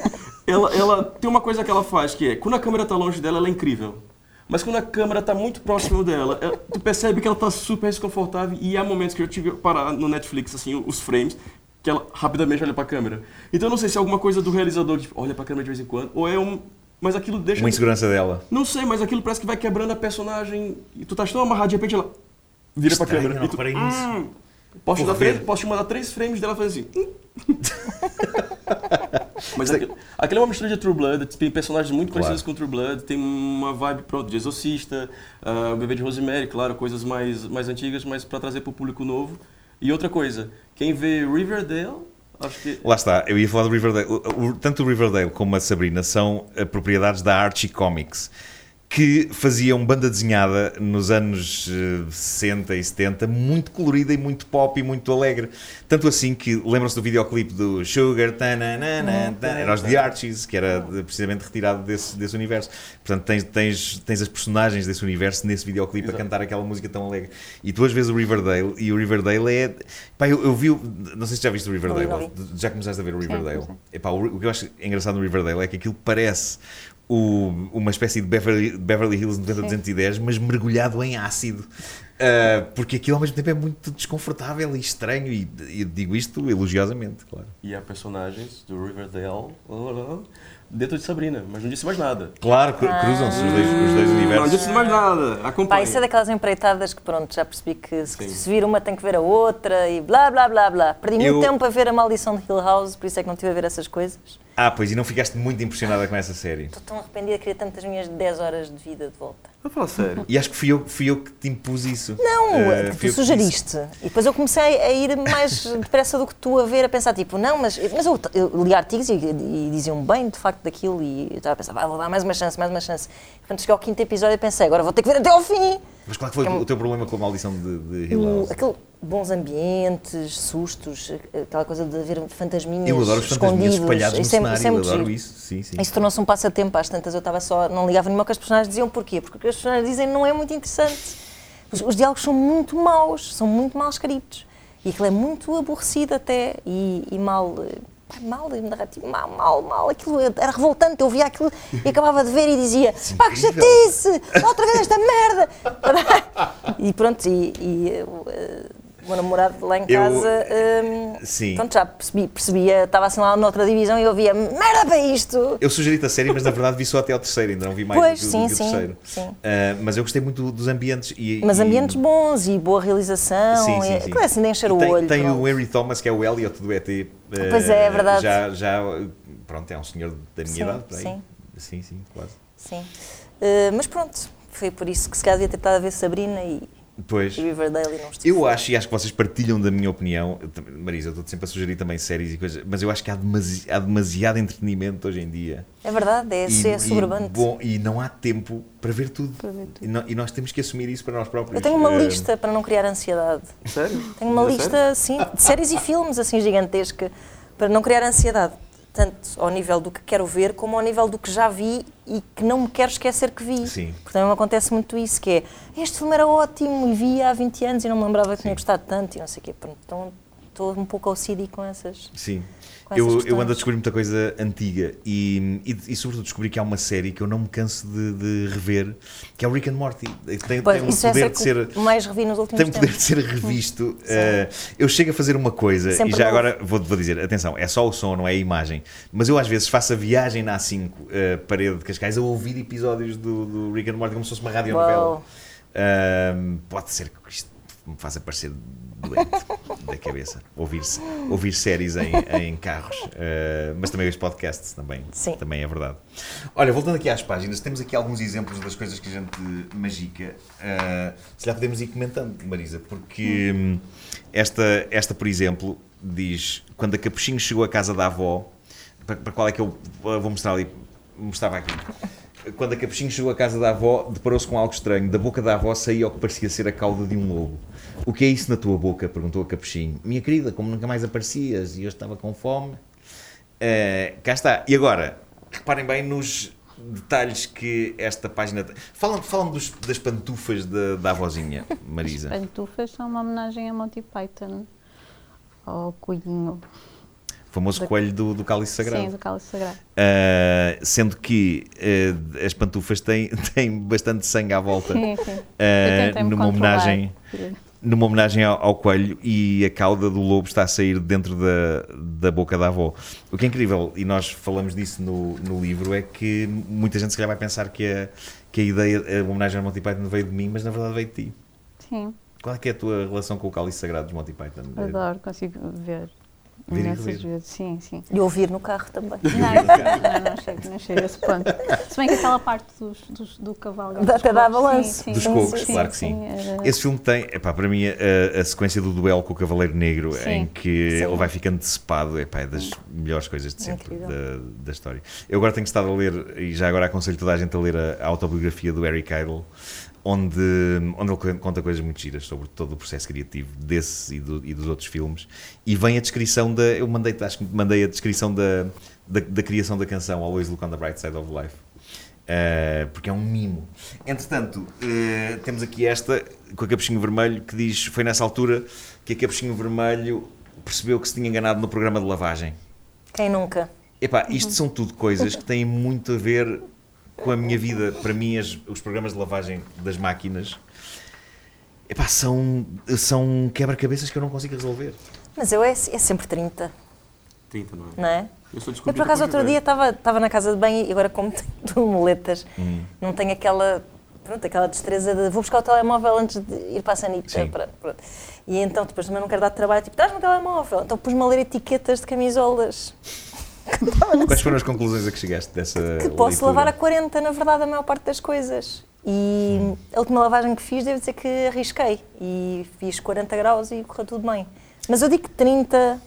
[SPEAKER 4] ela, ela tem uma coisa que ela faz, que é, quando a câmera tá longe dela, ela é incrível. Mas quando a câmera tá muito próximo dela, é- tu percebe que ela tá super desconfortável e há momentos que eu tive que parar no Netflix, assim, os frames, que ela rapidamente olha pra câmera. Então eu não sei se é alguma coisa do realizador, tipo, olha pra câmera de vez em quando, ou é um... Mas aquilo deixa...
[SPEAKER 2] Uma insegurança dela.
[SPEAKER 4] Não sei, mas aquilo parece que vai quebrando a personagem. E tu tá tão amarrado, de repente ela vira pra
[SPEAKER 2] Estranho,
[SPEAKER 4] câmera.
[SPEAKER 2] não
[SPEAKER 4] e tu,
[SPEAKER 2] reparei nisso.
[SPEAKER 4] "Hum". Posso te, dar
[SPEAKER 2] Porra,
[SPEAKER 4] três,
[SPEAKER 2] Pedro.
[SPEAKER 4] posso te mandar três frames dela fazer assim. "Hum". mas aquilo, aquilo é uma mistura de True Blood. Tem personagens muito
[SPEAKER 2] Claro.
[SPEAKER 4] conhecidos com True Blood. Tem uma vibe, pronto, de Exorcista, ah, o Bebê de Rosemary, claro, coisas mais, mais antigas, mas pra trazer pro público novo. E outra coisa, quem vê Riverdale, acho que...
[SPEAKER 2] Lá está, eu ia falar do Riverdale. O- o- Tanto o Riverdale como a Sabrina são eh, propriedades da Archie Comics, que faziam banda desenhada nos anos eh, 60 e 70, muito colorida e muito pop e muito alegre. Tanto assim que lembram-se do videoclipe do Sugar, tananana, tan- era os The Archies, que era de- precisamente retirado desse, desse universo. Portanto, tens, tens, tens as personagens desse universo nesse videoclipe a cantar aquela música tão alegre. E duas vezes o Riverdale, e o Riverdale é. Pá, eu, eu vi. o- Não sei se já viste o Riverdale.
[SPEAKER 3] Não, não vi.
[SPEAKER 2] Já começaste a ver o Riverdale?
[SPEAKER 5] comecei.
[SPEAKER 2] Epá, o, o que eu acho engraçado no Riverdale é que aquilo parece o- uma espécie de Beverly, Beverly Hills 90210, mas mergulhado em ácido. Ah, porque aquilo ao mesmo tempo é muito desconfortável e estranho, e, e digo isto elogiosamente, claro.
[SPEAKER 4] E há personagens do Riverdale dentro de Sabrina, mas não disse mais nada.
[SPEAKER 2] Claro, cru-
[SPEAKER 3] Ah.
[SPEAKER 2] cruzam-se os dois, os dois
[SPEAKER 4] Não
[SPEAKER 2] universos.
[SPEAKER 4] disse mais nada.
[SPEAKER 3] Pá,
[SPEAKER 4] Acompanhe.
[SPEAKER 3] isso é daquelas empreitadas que pronto, já percebi que se,
[SPEAKER 4] Sim.
[SPEAKER 3] se vir uma tem que ver a outra e blá blá blá blá. Perdi
[SPEAKER 2] Eu-
[SPEAKER 3] muito tempo a ver a maldição de Hill House, por isso é que não estive a ver essas coisas.
[SPEAKER 2] Ah, pois, e não ficaste muito impressionada com essa série?
[SPEAKER 3] Estou tão arrependida, queria tantas minhas 10 horas de vida de volta.
[SPEAKER 4] Vou falar sério.
[SPEAKER 2] E acho que fui eu, fui eu que te impus isso.
[SPEAKER 3] Não,
[SPEAKER 2] Ah,
[SPEAKER 3] que
[SPEAKER 2] fui
[SPEAKER 3] tu
[SPEAKER 2] eu te disse.
[SPEAKER 3] sugeriste. E depois eu comecei a ir mais depressa do que tu a ver, a pensar tipo, não, mas, mas eu, eu li artigos e, e diziam bem de facto daquilo e eu estava a pensar, vai, vou dar mais uma chance, mais uma chance. E quando cheguei ao quinto episódio eu pensei, agora vou ter que ver até ao fim.
[SPEAKER 2] Mas qual é que foi
[SPEAKER 3] um
[SPEAKER 2] o teu problema com a maldição de, de Hill
[SPEAKER 3] O,
[SPEAKER 2] House?
[SPEAKER 3] aquele bons ambientes, sustos, eh, aquela coisa de haver fantasminhas
[SPEAKER 2] Eu adoro os fantasminhas
[SPEAKER 3] escondidos.
[SPEAKER 2] espalhados no
[SPEAKER 3] Isso é- isso é
[SPEAKER 2] cenário, eu
[SPEAKER 3] muito
[SPEAKER 2] adoro
[SPEAKER 3] giro.
[SPEAKER 2] isso. Sim, sim.
[SPEAKER 3] Isso tornou-se um passatempo às tantas. Eu estava só, não ligava nenhuma ao que as personagens diziam. Porquê? Porque o que as personagens dizem não é muito interessante. Os, os diálogos são muito maus, são muito mal escritos. E aquilo é muito aborrecido até e, e mal. eh, pá, Mal, narrativo, mal, mal, mal. Aquilo era revoltante. Eu via aquilo e acabava de ver e dizia: Pá, que
[SPEAKER 2] é incrível."
[SPEAKER 3] chatice! Outra vez esta merda! e pronto, e, e eh, o, eh, o meu namorado lá em
[SPEAKER 2] Eu- eh,
[SPEAKER 3] casa. ehm,
[SPEAKER 2] Sim.
[SPEAKER 3] Pronto, já percebi, percebia, estava assim lá noutra divisão e eu via merda para isto!
[SPEAKER 2] Eu sugeri-te a série, mas na verdade vi só até ao terceiro, ainda não vi mais
[SPEAKER 3] Pois,
[SPEAKER 2] do que,
[SPEAKER 3] sim,
[SPEAKER 2] do que
[SPEAKER 3] sim,
[SPEAKER 2] o terceiro.
[SPEAKER 3] sim.
[SPEAKER 2] Ah, mas eu gostei muito do- dos ambientes. E,
[SPEAKER 3] Mas
[SPEAKER 2] e-
[SPEAKER 3] ambientes bons e boa realização,
[SPEAKER 2] Sim, sim,
[SPEAKER 3] é,
[SPEAKER 2] sim.
[SPEAKER 3] aquilo é assim de encher
[SPEAKER 2] E
[SPEAKER 3] o
[SPEAKER 2] tem,
[SPEAKER 3] olho.
[SPEAKER 2] Tem
[SPEAKER 3] pronto.
[SPEAKER 2] o Henry Thomas, que é o Elliot do ET. ah,
[SPEAKER 3] Pois é, é verdade.
[SPEAKER 2] Já, já, pronto, é um senhor da minha
[SPEAKER 3] Sim,
[SPEAKER 2] idade, por aí.
[SPEAKER 3] sim.
[SPEAKER 2] Sim, sim, quase.
[SPEAKER 3] Sim. Eh, mas pronto, foi por isso que se calhar devia ter estado a ver Sabrina e
[SPEAKER 2] Pois.
[SPEAKER 3] e Riverdale e não estive.
[SPEAKER 2] Eu acho, e acho que vocês partilham da minha opinião, eu tam- Marisa, eu estou sempre a sugerir também séries e coisas, mas eu acho que há, demasi- há demasiado entretenimento hoje em dia.
[SPEAKER 3] É verdade, é,
[SPEAKER 2] E-
[SPEAKER 3] é
[SPEAKER 2] E,
[SPEAKER 3] sobrevante.
[SPEAKER 2] bom, e não há tempo para ver tudo.
[SPEAKER 5] Para ver tudo.
[SPEAKER 2] E, no- e nós temos que assumir isso para nós próprios.
[SPEAKER 3] Eu tenho uma
[SPEAKER 2] Ah,
[SPEAKER 3] lista para não criar ansiedade.
[SPEAKER 4] Sério?
[SPEAKER 3] Tenho uma
[SPEAKER 4] É sério?
[SPEAKER 3] lista assim, de séries e filmes assim gigantesca para não criar ansiedade, tanto ao nível do que quero ver como ao nível do que já vi e que não me quero esquecer que vi.
[SPEAKER 2] Sim.
[SPEAKER 3] Porque também me acontece muito isso, que é este filme era ótimo e vi há 20 anos e não me lembrava que tinha gostado tanto e não sei o quê. Pronto, então estou um pouco OCD com essas.
[SPEAKER 2] Sim.
[SPEAKER 3] com
[SPEAKER 2] Eu,
[SPEAKER 3] essas
[SPEAKER 2] eu
[SPEAKER 3] questões.
[SPEAKER 2] ando a descobrir muita coisa antiga e, e, e sobretudo descobri que há uma série que eu não me canso de, de rever, que é o Rick and Morty. Tem, tem
[SPEAKER 3] Pois,
[SPEAKER 2] um
[SPEAKER 3] isso é
[SPEAKER 2] poder
[SPEAKER 3] ser
[SPEAKER 2] de ser
[SPEAKER 3] que mais revi nos últimos
[SPEAKER 2] tem o poder
[SPEAKER 3] tempos.
[SPEAKER 2] de ser revisto. Eh, eu chego a fazer uma coisa
[SPEAKER 3] Sempre
[SPEAKER 2] e já
[SPEAKER 3] novo.
[SPEAKER 2] agora vou, vou dizer, atenção, é só o som, não é a imagem. Mas eu às vezes faço a viagem na A5, eh, parede de Cascais, a ouvir episódios do, do Rick and Morty como se fosse uma radionovela.
[SPEAKER 3] Uau.
[SPEAKER 2] Ahm, pode ser que isto me faça parecer doente da cabeça. Ouvir, se- ouvir séries em, em carros. Ah, mas também os podcasts, também,
[SPEAKER 3] Sim.
[SPEAKER 2] também é verdade. Olha, voltando aqui às páginas, temos aqui alguns exemplos das coisas que a gente magica. Ah, se calhar podemos ir comentando, Marisa, porque hum, esta, esta, por exemplo, diz: quando a Capuchinho chegou à casa da avó, para, para qual é que eu ah, vou mostrar ali? Mostrava aqui. Quando a Capuchinho chegou à casa da avó, deparou-se com algo estranho. Da boca da avó saía o que parecia ser a cauda de um lobo. O que é isso na tua boca? perguntou a Capuchinho. Minha querida, como nunca mais aparecias e eu estava com fome. Uh, cá está. E agora, reparem bem nos detalhes que esta página tem. Fala-me fala das pantufas da, da avózinha, Marisa.
[SPEAKER 5] Pantufas são uma homenagem a Monty Python. Ao coelhinho.
[SPEAKER 2] O famoso coelho do, do cálice sagrado.
[SPEAKER 5] Sim, do Cálice Sagrado.
[SPEAKER 2] Uh, sendo que uh, as pantufas têm, têm bastante sangue à volta.
[SPEAKER 5] Sim, sim.
[SPEAKER 2] Eh,
[SPEAKER 5] Eu tentei-me
[SPEAKER 2] numa
[SPEAKER 5] controlar.
[SPEAKER 2] homenagem- numa homenagem ao, ao coelho e a cauda do lobo está a sair dentro da, da boca da avó. O que é incrível, e nós falamos disso no, no livro, é que muita gente se calhar vai pensar que a, que a ideia, a homenagem ao Monty Python veio de mim, mas na verdade veio de ti.
[SPEAKER 5] Sim,
[SPEAKER 2] Qual é, que é a tua relação com o cálice sagrado dos Monty Python?
[SPEAKER 5] adoro, consigo ver.
[SPEAKER 2] Ver e
[SPEAKER 5] Imensas
[SPEAKER 2] rir.
[SPEAKER 5] vezes, sim, sim.
[SPEAKER 3] E ouvir no carro também.
[SPEAKER 5] Não, não, não chego, não chego a esse ponto. Se bem que aquela parte dos, dos- do cavalo.
[SPEAKER 3] Da-
[SPEAKER 5] dos
[SPEAKER 3] até dá
[SPEAKER 5] cocos, sim,
[SPEAKER 3] balanço.
[SPEAKER 5] sim,
[SPEAKER 2] Dos
[SPEAKER 5] sim,
[SPEAKER 2] cocos,
[SPEAKER 5] sim,
[SPEAKER 2] claro que sim.
[SPEAKER 5] era-
[SPEAKER 2] Esse filme tem, epá, para mim, a, a sequência do duelo com o Cavaleiro Negro,
[SPEAKER 5] Sim.
[SPEAKER 2] em que
[SPEAKER 3] Sim.
[SPEAKER 2] ele vai ficando decepado, epá, é das melhores coisas de sempre
[SPEAKER 3] Incrível.
[SPEAKER 2] da, da história. Eu agora tenho estado a ler, e já agora aconselho toda a gente a ler a, a autobiografia do Eric Idle, onde, onde ele conta coisas muito giras sobre todo o processo criativo desse e, do- e dos outros filmes. E vem a descrição da. Eu mandei, acho que mandei a descrição da, da, da criação da canção Always Look on the Bright Side of Life. Uh, porque é um mimo. Entretanto, uh, temos aqui esta com a Capuchinho Vermelho que diz: Foi nessa altura que a Capuchinho Vermelho percebeu que se tinha enganado no programa de lavagem.
[SPEAKER 3] Quem nunca?
[SPEAKER 2] Epá, isto
[SPEAKER 3] Uhum.
[SPEAKER 2] são tudo coisas que têm muito a ver com a minha vida. Para mim, as- os programas de lavagem das máquinas epá, são, são quebra-cabeças que eu não consigo resolver.
[SPEAKER 3] Mas eu é, é sempre 30,
[SPEAKER 4] 30, não é?
[SPEAKER 3] não é?
[SPEAKER 4] Eu sou descobrido.
[SPEAKER 3] Eu, por acaso, outro dia estava na casa de banho e agora, como tenho moletas, não tenho aquela, pronto, aquela destreza de vou buscar o telemóvel antes de ir para a sanita.
[SPEAKER 2] Sim.
[SPEAKER 3] para- pronto. E então, depois também não quero dar trabalho, tipo, traz-me o telemóvel. Então pus-me a ler etiquetas de camisolas
[SPEAKER 2] Quais foram as conclusões a que chegaste dessa.
[SPEAKER 3] que posso
[SPEAKER 2] leitura?
[SPEAKER 3] lavar a 40, na verdade, a maior parte das coisas. E a última lavagem que fiz, devo dizer que arrisquei. E fiz 40 graus e correu tudo bem. Mas eu digo que 30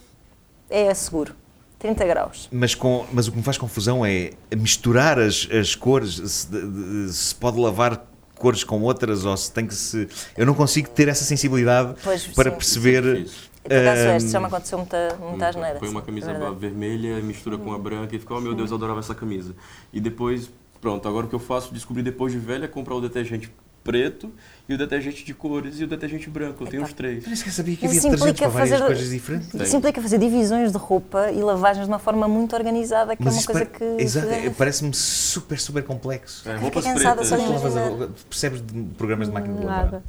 [SPEAKER 3] é seguro. 30 graus.
[SPEAKER 2] Mas, com- mas o que me faz confusão é misturar as, as cores, se, de- de- se pode lavar cores com outras ou se tem que se. Eu não consigo ter essa sensibilidade
[SPEAKER 3] Pois,
[SPEAKER 2] para
[SPEAKER 3] sim. Então
[SPEAKER 2] perceber. hum,
[SPEAKER 4] Isso
[SPEAKER 3] E por acaso
[SPEAKER 2] Ahm,
[SPEAKER 3] este já me aconteceu muita, muita asneira.
[SPEAKER 4] Põe Hum, uma camisa
[SPEAKER 3] é verdade. Hum.
[SPEAKER 4] vermelha e mistura com a branca e fica, oh meu Deus, eu adorava essa camisa. E depois, pronto, agora o que eu faço, descobri depois de velha, comprar o detergente preto e o detergente de cores e o detergente branco. Eu tenho os três.
[SPEAKER 2] eu nem sequer sabia que
[SPEAKER 3] Mas
[SPEAKER 2] havia
[SPEAKER 3] isso
[SPEAKER 2] 300
[SPEAKER 3] implica
[SPEAKER 2] para várias
[SPEAKER 3] fazer-
[SPEAKER 2] coisas diferentes.
[SPEAKER 3] Isso implica fazer divisões de roupa e lavagens de uma forma muito organizada, que
[SPEAKER 2] Mas
[SPEAKER 3] é uma
[SPEAKER 2] isso
[SPEAKER 3] coisa
[SPEAKER 2] pare-
[SPEAKER 3] que.
[SPEAKER 2] exato,
[SPEAKER 3] que-
[SPEAKER 2] é, parece-me super, super complexo.
[SPEAKER 4] É, roupas
[SPEAKER 3] cansada
[SPEAKER 4] pretas.
[SPEAKER 3] só de
[SPEAKER 2] Tu lavas a-
[SPEAKER 3] imaginar.
[SPEAKER 2] percebes de programas de é máquina de lavar?
[SPEAKER 5] Nada.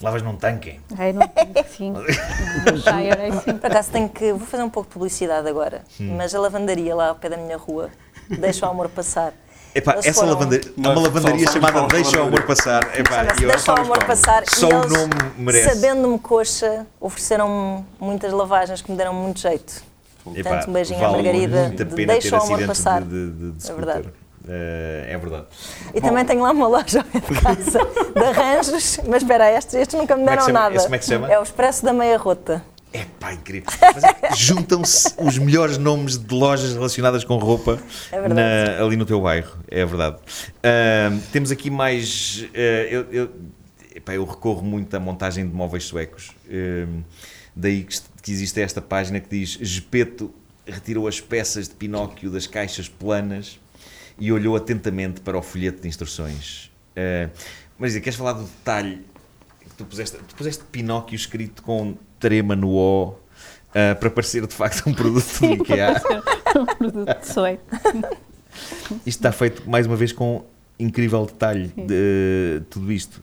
[SPEAKER 2] Lavas num tanque?
[SPEAKER 5] Ai, não, sim. Não, já era assim.
[SPEAKER 3] Por acaso tenho que. Vou fazer um pouco de publicidade agora,
[SPEAKER 2] Hum.
[SPEAKER 3] mas a lavandaria lá ao pé da minha rua deixa o amor passar.
[SPEAKER 2] Epá,
[SPEAKER 3] Eles
[SPEAKER 2] essa
[SPEAKER 3] foram-
[SPEAKER 2] lavandaria, há
[SPEAKER 4] Mas,
[SPEAKER 2] uma lavandaria
[SPEAKER 4] pessoal,
[SPEAKER 2] chamada
[SPEAKER 4] sabe qual é a
[SPEAKER 2] Deixa o Amor
[SPEAKER 4] lavandaria?
[SPEAKER 2] Passar.
[SPEAKER 4] Ah,
[SPEAKER 2] Epá,
[SPEAKER 3] Chama-se
[SPEAKER 2] eu-
[SPEAKER 3] Deixa o amor passar.
[SPEAKER 2] Só
[SPEAKER 3] e
[SPEAKER 2] o
[SPEAKER 3] eles,
[SPEAKER 2] nome merece.
[SPEAKER 3] Sabendo-me coxa, ofereceram-me muitas lavagens que me deram muito jeito.
[SPEAKER 2] Epá,
[SPEAKER 3] Portanto, um beijinho à
[SPEAKER 2] vale
[SPEAKER 3] Margarida.
[SPEAKER 2] muito a
[SPEAKER 3] de
[SPEAKER 2] pena ter
[SPEAKER 3] Deixa o amor
[SPEAKER 2] acidentes
[SPEAKER 3] passar.
[SPEAKER 2] De, de, de
[SPEAKER 3] É verdade.
[SPEAKER 2] scooter. Eh, é verdade.
[SPEAKER 3] E também tenho lá uma loja ao pé de casa de arranjos, mas espera, estes, estes nunca me
[SPEAKER 2] Como é que
[SPEAKER 3] deram
[SPEAKER 2] se chama?
[SPEAKER 3] nada.
[SPEAKER 2] Esse como é que se chama?
[SPEAKER 3] É o Expresso da Meia Rota.
[SPEAKER 2] É pá, incrível. Mas é que juntam-se os melhores nomes de lojas relacionadas com roupa
[SPEAKER 3] É verdade.
[SPEAKER 2] na- eh, ali no teu bairro. É verdade. Ahm, temos aqui mais. eh, eu, eu, epá, eu recorro muito à montagem de móveis suecos. Ahm, daí que, est- que existe esta página que diz: Gepeto retirou as peças de Pinóquio das caixas planas e olhou atentamente para o folheto de instruções. Ah, Marisa, queres falar do detalhe que tu puseste, tu puseste Pinóquio escrito com trema no O ah, para parecer de facto um produto do IKEA.
[SPEAKER 5] Um produto de sueco.
[SPEAKER 2] Isto está feito mais uma vez com incrível detalhe de eh, tudo isto.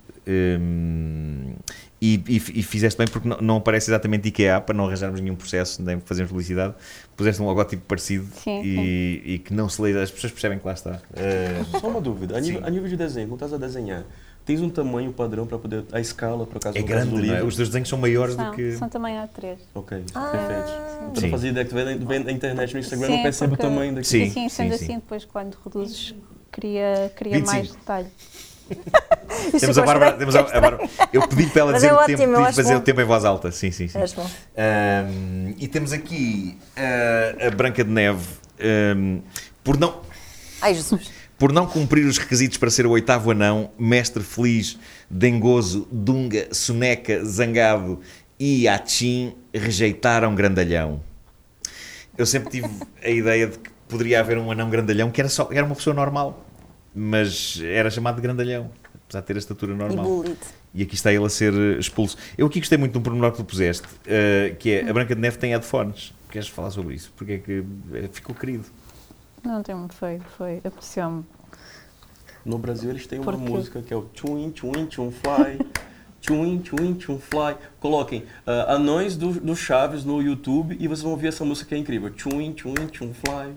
[SPEAKER 2] Hum, e, e f- e fizeste bem porque não, não aparece exatamente IKEA para não arranjarmos nenhum processo, nem fazermos publicidade. Puseste um logotipo parecido
[SPEAKER 5] Sim,
[SPEAKER 2] e, e que não se lê, as pessoas percebem que lá está. Ah,
[SPEAKER 4] É, Só uma dúvida, a nível,
[SPEAKER 2] Sim.
[SPEAKER 4] a nível de desenho, quando estás a desenhar, Tens um tamanho padrão para poder. A escala, por acaso,
[SPEAKER 2] É
[SPEAKER 4] no caso
[SPEAKER 2] grande,
[SPEAKER 4] do
[SPEAKER 2] não é?
[SPEAKER 4] livro.
[SPEAKER 2] Os teus desenhos são maiores
[SPEAKER 5] São,
[SPEAKER 2] do que.
[SPEAKER 5] são tamanho A3.
[SPEAKER 4] Ok, perfeito. Eu
[SPEAKER 2] Sim.
[SPEAKER 4] não fazia ideia que tu vem, vem na internet, no Instagram,
[SPEAKER 5] Sim, é
[SPEAKER 4] não percebe
[SPEAKER 5] porque-
[SPEAKER 4] o tamanho daqui.
[SPEAKER 2] Sim,
[SPEAKER 5] assim, sendo
[SPEAKER 2] sim.
[SPEAKER 5] assim, depois quando reduzes, cria, cria
[SPEAKER 2] 25.
[SPEAKER 5] mais detalhe.
[SPEAKER 3] Isso
[SPEAKER 2] Temos a
[SPEAKER 3] ficou
[SPEAKER 2] Bárbara.
[SPEAKER 3] estranho.
[SPEAKER 2] Temos a, a Bárbara. Eu pedi para ela
[SPEAKER 3] Mas
[SPEAKER 2] dizer
[SPEAKER 3] é
[SPEAKER 2] o
[SPEAKER 3] ótimo,
[SPEAKER 2] tempo,
[SPEAKER 3] eu
[SPEAKER 2] pedi para
[SPEAKER 3] acho
[SPEAKER 2] fazer
[SPEAKER 3] bom.
[SPEAKER 2] o tempo em voz alta. Sim, sim, sim.
[SPEAKER 3] Acho é bom.
[SPEAKER 2] Ahm, e temos aqui ah, a Branca de Neve. ahm, por não,
[SPEAKER 3] Ai, Jesus.
[SPEAKER 2] Por não cumprir os requisitos para ser o oitavo anão, Mestre Feliz, Dengoso, Dunga, Soneca, Zangado e Achim rejeitaram Grandalhão. Eu sempre tive a ideia de que poderia haver um anão grandalhão que era, só, era uma pessoa normal, mas era chamado de grandalhão, apesar de ter a estatura
[SPEAKER 3] E
[SPEAKER 2] normal.
[SPEAKER 3] bullied.
[SPEAKER 2] E aqui está ele a ser eh, expulso. Eu aqui gostei muito de um pormenor que tu puseste, eh, que é a Branca de Neve tem headphones. Queres falar sobre isso? Porque é que eh, ficou querido.
[SPEAKER 5] Não tem foi, foi, apreciou-me.
[SPEAKER 4] No Brasil eles têm uma
[SPEAKER 5] Por quê?
[SPEAKER 4] música que é o Twin, Twin, Twin Fly. Twin, Twin, Twin Fly. Coloquem ah, Anões do, do Chaves no YouTube e vocês vão ouvir essa música que é incrível. Twin, Twin, Twin Fly.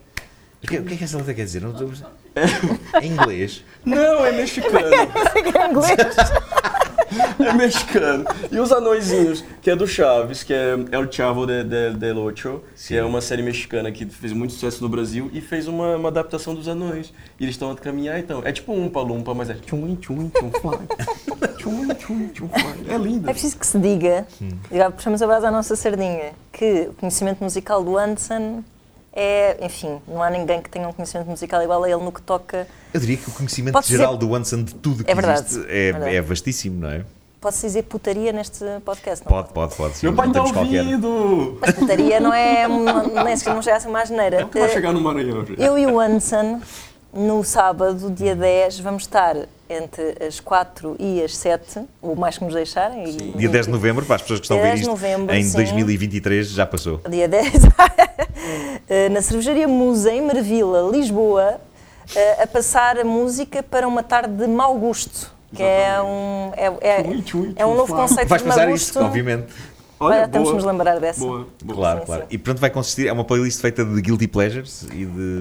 [SPEAKER 2] O que, o que é que essa letra quer dizer? Não estou a perceber. Em inglês.
[SPEAKER 4] Não, é mexicano. é mexicano. E os anõezinhos, que é do Chaves, que é El Chavo de, de, del Ocho,
[SPEAKER 2] Sim.
[SPEAKER 4] que é uma série mexicana que fez muito sucesso no Brasil e fez uma, uma adaptação dos anões. E eles estão a caminhar, então. É tipo um palumpa, mas é tchum, tchum, tchum, fly. Tchum, tchum, tchum, fly. É linda.
[SPEAKER 3] É preciso que se diga,
[SPEAKER 2] Hum.
[SPEAKER 3] e agora puxamos a brasa à nossa sardinha, que o conhecimento musical do Anson é, enfim, não há ninguém que tenha um conhecimento musical igual a ele no que toca.
[SPEAKER 2] Eu diria que o conhecimento
[SPEAKER 3] Pode ser-
[SPEAKER 2] geral do Anson de tudo que
[SPEAKER 3] É verdade,
[SPEAKER 2] existe
[SPEAKER 3] é
[SPEAKER 2] é,
[SPEAKER 3] verdade.
[SPEAKER 2] é vastíssimo, não é?
[SPEAKER 3] Posso dizer putaria neste podcast? Não?
[SPEAKER 2] Pode, pode, pode. Sim,
[SPEAKER 4] Meu pai
[SPEAKER 2] não
[SPEAKER 4] tá
[SPEAKER 2] temos qualquer.
[SPEAKER 4] ouvindo!
[SPEAKER 3] Mas putaria não é, uma- não é, não é assim uma asneira.
[SPEAKER 4] Vai chegar no Maranhão já.
[SPEAKER 3] Eu e o Anson, no sábado, dia 10, vamos estar entre as 4 e as 7, o mais que nos deixarem. e-
[SPEAKER 2] Dia 10 de novembro, para as pessoas que estão a
[SPEAKER 3] Dia
[SPEAKER 2] ver
[SPEAKER 3] 10 de
[SPEAKER 2] isto,
[SPEAKER 3] novembro,
[SPEAKER 2] em
[SPEAKER 3] sim.
[SPEAKER 2] 2023 já passou.
[SPEAKER 3] Dia 10, eh, na cervejaria Musa, em Marvila, Lisboa, eh, a passar a música para uma tarde de mau gosto. Que é um, é, é-
[SPEAKER 4] Tchui, tchui,
[SPEAKER 3] é um
[SPEAKER 4] tchui,
[SPEAKER 3] novo
[SPEAKER 4] claro.
[SPEAKER 3] conceito
[SPEAKER 2] Vais
[SPEAKER 3] de mau
[SPEAKER 2] passar isto,
[SPEAKER 3] gosto.
[SPEAKER 2] obviamente.
[SPEAKER 3] Olha, temos de nos lembrar dessa.
[SPEAKER 4] Boa, boa.
[SPEAKER 2] Claro,
[SPEAKER 3] sim,
[SPEAKER 2] claro.
[SPEAKER 3] sim.
[SPEAKER 2] E pronto, vai consistir. É uma playlist feita de Guilty Pleasures e de.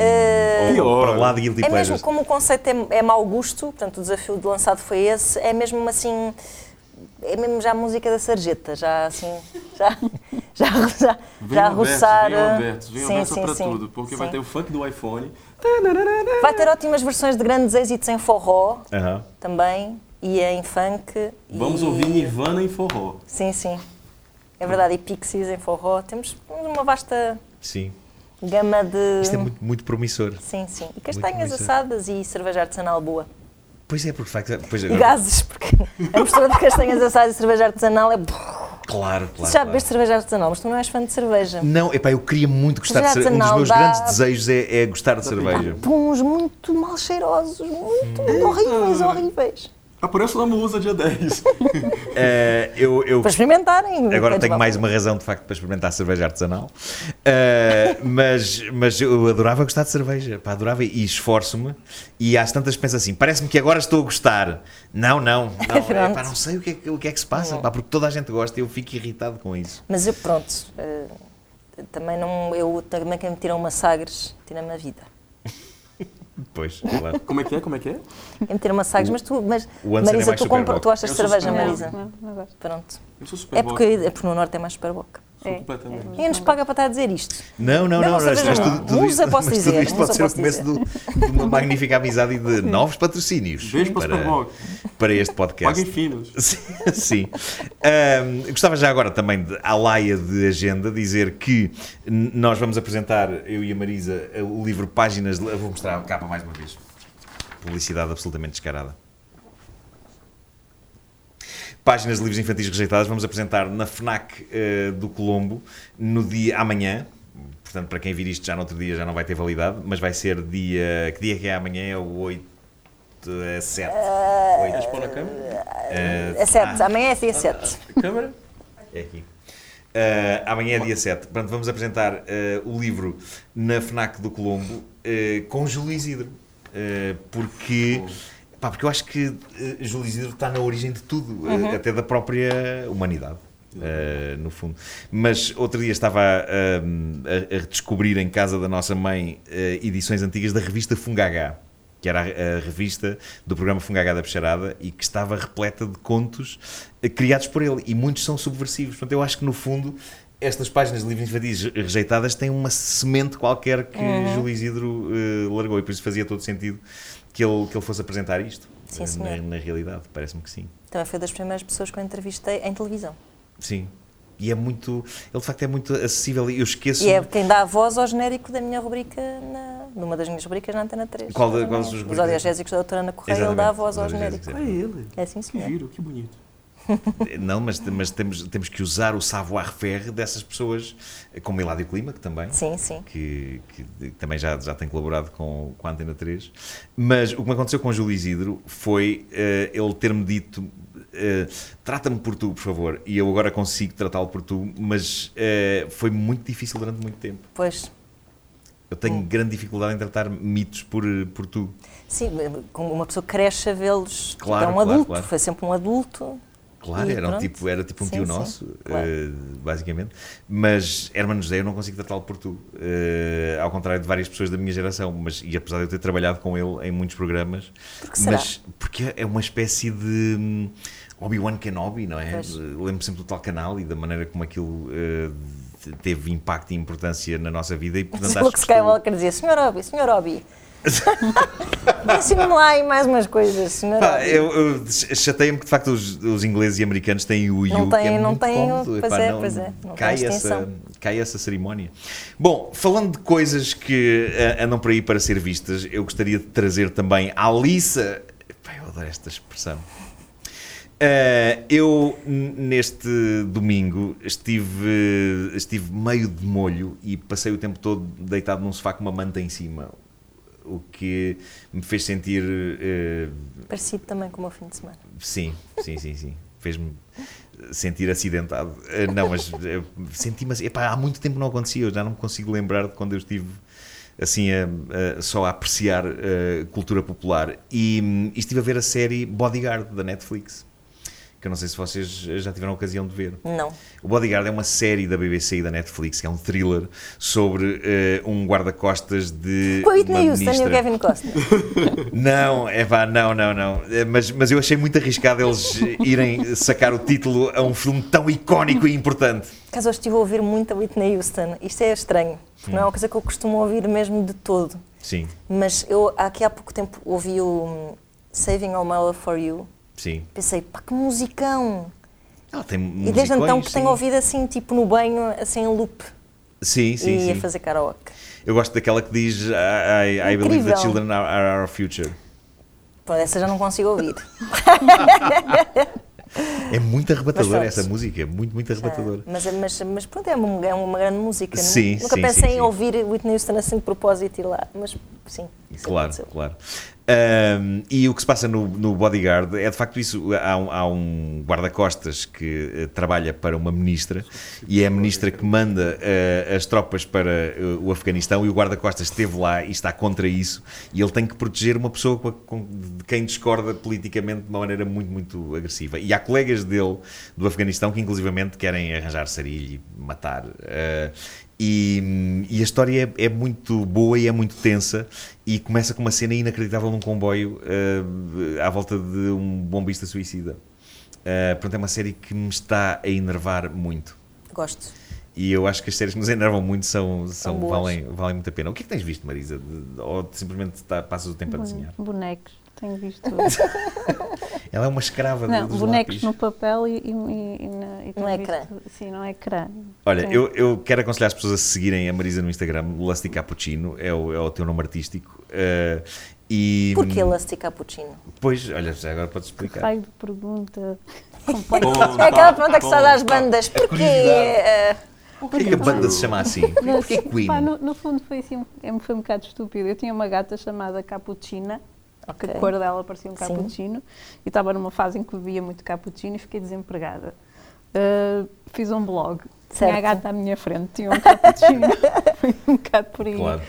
[SPEAKER 2] ou-
[SPEAKER 4] Pior.
[SPEAKER 2] para lá de Guilty
[SPEAKER 3] É mesmo,
[SPEAKER 2] Pleasures.
[SPEAKER 3] como o conceito é, é mau gosto, portanto o desafio de lançado foi esse, é mesmo assim, é mesmo já a música da sarjeta, já assim, já, já, já,
[SPEAKER 4] Vem
[SPEAKER 3] já
[SPEAKER 4] o Alberto,
[SPEAKER 3] roçar. né?
[SPEAKER 4] Vem o Alberto, vem o
[SPEAKER 3] sim,
[SPEAKER 4] Alberto
[SPEAKER 3] sim,
[SPEAKER 4] pra
[SPEAKER 3] sim,
[SPEAKER 4] tudo, porque vai
[SPEAKER 3] sim.
[SPEAKER 4] ter um- o funk do iPhone.
[SPEAKER 3] Vai ter ótimas versões de grandes êxitos em forró
[SPEAKER 2] Aham.
[SPEAKER 3] também e em funk.
[SPEAKER 4] Vamos
[SPEAKER 3] e...
[SPEAKER 4] ouvir Nirvana em forró.
[SPEAKER 3] Sim, sim. É verdade, e Pixies em forró. Temos uma vasta
[SPEAKER 2] Sim.
[SPEAKER 3] gama de.
[SPEAKER 2] Isto é muito, muito promissor.
[SPEAKER 3] Sim, sim. E castanhas
[SPEAKER 2] muito é. bem.
[SPEAKER 3] assadas e cerveja artesanal boa.
[SPEAKER 2] Pois é, porque de facto. Pois é,
[SPEAKER 3] E gases, porque a mistura de castanhas assadas e cerveja artesanal é.
[SPEAKER 2] Claro, claro.
[SPEAKER 3] Já
[SPEAKER 2] claro.
[SPEAKER 3] bebeste cerveja artesanal, mas tu não és fã de cerveja.
[SPEAKER 2] Não, epá, eu queria muito gostar de
[SPEAKER 3] Cerveja
[SPEAKER 2] cerveja. Um dos meus
[SPEAKER 3] artesanal dá-
[SPEAKER 2] grandes desejos é, é gostar de cerveja.
[SPEAKER 3] Puns muito mal cheirosos, muito
[SPEAKER 2] Hum.
[SPEAKER 3] horríveis, horríveis.
[SPEAKER 4] Aparece na Musa dia 10.
[SPEAKER 2] Eh, eu, eu
[SPEAKER 3] Para experimentarem.
[SPEAKER 2] agora
[SPEAKER 3] depois
[SPEAKER 2] tenho
[SPEAKER 3] vão.
[SPEAKER 2] mais um. uma razão de facto para experimentar cerveja artesanal, Eh, mas, mas eu adorava gostar de cerveja, pá, adorava e esforço-me. E às tantas penso assim: parece-me que agora estou a gostar. Não, não, não, é, pá, não sei o que, é, que- o que é que se passa, pá, porque toda a gente gosta e eu fico irritado com isso.
[SPEAKER 3] Mas eu, pronto, eh, também não. Eu também quem me tiram uma Sagres, tira-me a vida.
[SPEAKER 2] Pois, claro.
[SPEAKER 4] Como é que é? Como é que é?
[SPEAKER 3] Quem me tira uma Sagres, mas tu. Mas,
[SPEAKER 2] O Anderson é
[SPEAKER 3] Marisa,
[SPEAKER 2] mais
[SPEAKER 3] tu,
[SPEAKER 2] Superboc.
[SPEAKER 3] tu achas
[SPEAKER 4] Eu
[SPEAKER 3] de
[SPEAKER 4] sou
[SPEAKER 3] cerveja,
[SPEAKER 4] Superboc.
[SPEAKER 3] É, Marisa?
[SPEAKER 5] Não, não gosto.
[SPEAKER 3] Pronto.
[SPEAKER 4] Eu sou super
[SPEAKER 3] É porque, é porque no Norte é mais Superboc.
[SPEAKER 4] Sou
[SPEAKER 5] É,
[SPEAKER 4] completamente.
[SPEAKER 5] é.
[SPEAKER 3] Ninguém nos paga para estar a dizer isto.
[SPEAKER 2] Não, não,
[SPEAKER 3] Não,
[SPEAKER 2] não,
[SPEAKER 3] não sabes
[SPEAKER 2] mas
[SPEAKER 3] não. Musa posso
[SPEAKER 2] mas
[SPEAKER 3] dizer,
[SPEAKER 2] tudo isto
[SPEAKER 3] musa
[SPEAKER 2] pode ser o
[SPEAKER 3] posso
[SPEAKER 2] começo do- de uma magnífica amizade e de novos patrocínios
[SPEAKER 4] Beijo para o Superboc.
[SPEAKER 2] para este podcast.
[SPEAKER 4] Paguem finos.
[SPEAKER 2] Sim. sim. Ahm, gostava já agora também, de, à laia de agenda, dizer que n- nós vamos apresentar, eu e a Marisa, eh, o livro Páginas. de- Eu vou mostrar a capa mais uma vez. Publicidade absolutamente descarada. Páginas de livros infantis rejeitados vamos apresentar na FNAC eh, do Colombo no dia amanhã. Portanto, para quem vir isto já no outro dia já não vai ter validade, mas vai ser dia. Que dia que é amanhã? É o 8. É 7.
[SPEAKER 4] Eles põem na câmera?
[SPEAKER 3] É
[SPEAKER 2] Ah.
[SPEAKER 3] 7, amanhã é dia 7.
[SPEAKER 4] Câmera?
[SPEAKER 2] É aqui. Ah, amanhã é dia 7. Portanto, vamos apresentar ah, o livro na FNAC do Colombo ah, com Júlio Isidro. Ah, porque, pá, porque eu acho que ah, Júlio Isidro está na origem de tudo, ah, até da própria humanidade. ah, no fundo, mas outro dia estava ah, a, a descobrir em casa da nossa mãe ah, edições antigas da revista Fungagá que era a, a revista do programa Fungagada Bicharada e que estava repleta de contos eh, criados por ele e muitos são subversivos. Portanto, eu acho que no fundo estas páginas de livros infantis rejeitadas têm uma semente qualquer que
[SPEAKER 3] Uhum.
[SPEAKER 2] Júlio Isidro eh, largou e por isso fazia todo sentido que ele, que ele fosse apresentar isto.
[SPEAKER 3] Sim,
[SPEAKER 2] eh,
[SPEAKER 3] senhor.
[SPEAKER 2] na, na realidade, parece-me que sim.
[SPEAKER 3] Também foi das primeiras pessoas que eu entrevistei em televisão.
[SPEAKER 2] Sim. E é muito. Ele de facto é muito acessível e eu esqueço.
[SPEAKER 3] E é quem dá a voz ao genérico da minha rubrica, na, numa das minhas rubricas na Antena 3.
[SPEAKER 2] Qual de-
[SPEAKER 3] Exatamente.
[SPEAKER 2] qual das rubricas?
[SPEAKER 3] Os audiogésicos da doutora Ana Correia, ele dá a
[SPEAKER 2] Exatamente,
[SPEAKER 3] voz ao
[SPEAKER 2] os
[SPEAKER 3] genérico.
[SPEAKER 2] audiogésicos,
[SPEAKER 4] É ele.
[SPEAKER 3] É sim,
[SPEAKER 4] Que
[SPEAKER 3] senhor.
[SPEAKER 4] giro, que bonito.
[SPEAKER 2] Não, mas, mas temos, temos que usar o savoir-faire dessas pessoas, como Eladio Clima, que também.
[SPEAKER 3] Sim, sim.
[SPEAKER 2] Que, que também já, já tem colaborado com, com a Antena 3. Mas o que me aconteceu com o Júlio Isidro foi eh, ele ter-me dito: eh, trata-me por tu, por favor. E eu agora consigo tratá-lo por tu, mas eh, foi muito difícil durante muito tempo.
[SPEAKER 3] Pois,
[SPEAKER 2] Eu tenho grande dificuldade em tratar mitos por, por tu.
[SPEAKER 3] sim, como uma pessoa cresce a vê-los.
[SPEAKER 2] Claro,
[SPEAKER 3] é um
[SPEAKER 2] claro,
[SPEAKER 3] adulto,
[SPEAKER 2] claro.
[SPEAKER 3] foi sempre um adulto.
[SPEAKER 2] Claro,
[SPEAKER 3] E
[SPEAKER 2] era um,
[SPEAKER 3] pronto.
[SPEAKER 2] tipo, era tipo um
[SPEAKER 3] Sim,
[SPEAKER 2] tio
[SPEAKER 3] sim,
[SPEAKER 2] nosso,
[SPEAKER 3] claro.
[SPEAKER 2] eh, basicamente. Mas Hermano José eu não consigo tratá-lo por tu. eh, ao contrário de várias pessoas da minha geração. Mas, e apesar de eu ter trabalhado com ele em muitos programas.
[SPEAKER 3] que
[SPEAKER 2] mas Porque é uma espécie de hum, Obi-Wan Kenobi, não é?
[SPEAKER 3] Pois.
[SPEAKER 2] Eh, Lembro sempre do tal canal e da maneira como aquilo eh, te- teve impacto e importância na nossa vida. E, portanto,
[SPEAKER 3] Luke
[SPEAKER 2] que estou-
[SPEAKER 3] Skywalker dizia, Sr. Obi, Sr. Obi. Ensine-me lá aí mais umas coisas, Sr.
[SPEAKER 2] Pá,
[SPEAKER 3] Obi.
[SPEAKER 2] Ah, eu, eu chateia-me que de facto os, os ingleses e americanos têm o Wii U.
[SPEAKER 3] Não
[SPEAKER 2] que é
[SPEAKER 3] têm- não
[SPEAKER 2] muito
[SPEAKER 3] têm o-
[SPEAKER 2] cómodo.
[SPEAKER 3] pois é, pois é, não
[SPEAKER 2] cai,
[SPEAKER 3] tem
[SPEAKER 2] essa,
[SPEAKER 3] extensão.
[SPEAKER 2] cai essa cerimónia. Bom, falando de coisas que ah, andam por aí para ser vistas, eu gostaria de trazer também a Alissa. Pá, eu adoro esta expressão. Ah, eu, n- neste domingo, estive, estive meio de molho e passei o tempo todo deitado num sofá com uma manta em cima, o que me fez sentir eh,
[SPEAKER 3] Parecido também com o meu fim de semana.
[SPEAKER 2] Sim, sim, sim, sim. Fez-me sentir acidentado. Eh, Não, mas eh, senti-me assim. Epá, há muito tempo não acontecia, eu já não me consigo lembrar de quando eu estive assim a- a- só a apreciar eh, cultura popular. E, hum, e estive a ver a série Bodyguard da Netflix, que eu não sei se vocês eh, já tiveram a ocasião de ver.
[SPEAKER 3] Não.
[SPEAKER 2] O Bodyguard é uma série da BBC e da Netflix, que é um thriller sobre eh, um guarda-costas de.
[SPEAKER 3] Com a
[SPEAKER 2] uma
[SPEAKER 3] Whitney Houston e é o
[SPEAKER 2] ministra.
[SPEAKER 3] Kevin Costner.
[SPEAKER 2] Não, é pá, não, não, não. É, Mas, mas eu achei muito arriscado eles irem sacar o título a um filme tão icónico e importante.
[SPEAKER 3] Caso eu estive a ouvir muito a Whitney Houston, isto é estranho, porque não é uma coisa que eu costumo ouvir mesmo de todo.
[SPEAKER 2] Sim,
[SPEAKER 3] Mas eu, aqui há pouco tempo, ouvi o hum, Saving All My Love For You,
[SPEAKER 2] sim.
[SPEAKER 3] pensei, pá, que musicão!
[SPEAKER 2] Ela tem
[SPEAKER 3] e desde então
[SPEAKER 2] musicões,
[SPEAKER 3] que
[SPEAKER 2] sim.
[SPEAKER 3] tenho ouvido assim, tipo no banho, assim em loop,
[SPEAKER 2] Sim, sim,
[SPEAKER 3] e
[SPEAKER 2] sim.
[SPEAKER 3] a fazer karaoke.
[SPEAKER 2] Eu gosto daquela que diz I, I- I believe the
[SPEAKER 3] Incrível.
[SPEAKER 2] children are, are our future.
[SPEAKER 3] Pronto, essa já não consigo ouvir. Ah,
[SPEAKER 2] É muito arrebatadora
[SPEAKER 3] pronto.
[SPEAKER 2] essa música, é muito, muito arrebatadora.
[SPEAKER 3] mas, mas, mas pronto, é uma, é uma grande música. não-
[SPEAKER 2] Sim,
[SPEAKER 3] Nunca
[SPEAKER 2] sim,
[SPEAKER 3] pensei
[SPEAKER 2] sim,
[SPEAKER 3] em
[SPEAKER 2] sim.
[SPEAKER 3] ouvir Whitney Houston assim de propósito e lá, mas sim. isso
[SPEAKER 2] Claro,
[SPEAKER 3] aconteceu.
[SPEAKER 2] claro. Ahm, e o que se passa no, no Bodyguard é de facto isso. Há um, há um guarda-costas que eh, trabalha para uma ministra e é a ministra que manda eh, as tropas para eh, o Afeganistão e o guarda-costas esteve lá e está contra isso e ele tem que proteger uma pessoa com a- com- de quem discorda politicamente de uma maneira muito, muito agressiva. E há colegas dele do Afeganistão que inclusivamente querem arranjar sarilho e matar. eh, e, e a história é, é muito boa e é muito tensa e começa com uma cena inacreditável num comboio eh, à volta de um bombista suicida. Eh, portanto, é uma série que me está a enervar muito.
[SPEAKER 3] Gosto.
[SPEAKER 2] E eu acho que as séries que nos enervam muito são, são,
[SPEAKER 3] São boas.
[SPEAKER 2] valem, valem muito a pena. O que é que tens visto, Marisa? De- Ou simplesmente tá- passas o tempo a desenhar?
[SPEAKER 5] Bonecos, tenho visto.
[SPEAKER 2] Ela é uma escrava do-
[SPEAKER 5] Não,
[SPEAKER 2] dos
[SPEAKER 5] bonecos
[SPEAKER 2] lápis.
[SPEAKER 5] no papel e, e, e, e na, e
[SPEAKER 3] No
[SPEAKER 5] tenho
[SPEAKER 3] ecrã.
[SPEAKER 5] visto- Sim, não é ecrã.
[SPEAKER 2] Olha,
[SPEAKER 5] Sim.
[SPEAKER 2] eu, eu quero aconselhar as pessoas a seguirem a Marisa no Instagram, Lusty Cappuccino, é o, é o teu nome artístico. eh, e, hum,
[SPEAKER 3] Porquê Lusty Cappuccino?
[SPEAKER 2] Pois, olha, já agora podes explicar.
[SPEAKER 5] Raio de pergunta complexa.
[SPEAKER 3] É
[SPEAKER 4] tá.
[SPEAKER 3] aquela pergunta que se faz às bandas. Porquê?
[SPEAKER 2] curiosidade.
[SPEAKER 3] eh,
[SPEAKER 2] Porquê que a banda se chama assim?
[SPEAKER 5] Não,
[SPEAKER 2] Porquê
[SPEAKER 5] sim,
[SPEAKER 2] Queen?
[SPEAKER 5] pá, no, no fundo foi assim, um- é- foi um bocado estúpido. Eu tinha uma gata chamada Capuchina, que a
[SPEAKER 3] Ok.
[SPEAKER 5] cor dela parecia um
[SPEAKER 3] Sim.
[SPEAKER 5] cappuccino, e estava numa fase em que bebia muito cappuccino e fiquei desempregada. Ah, fiz um blog, tinha a
[SPEAKER 3] Certo.
[SPEAKER 5] gata à minha frente, tinha um cappuccino, foi um bocado por aí.
[SPEAKER 2] Claro.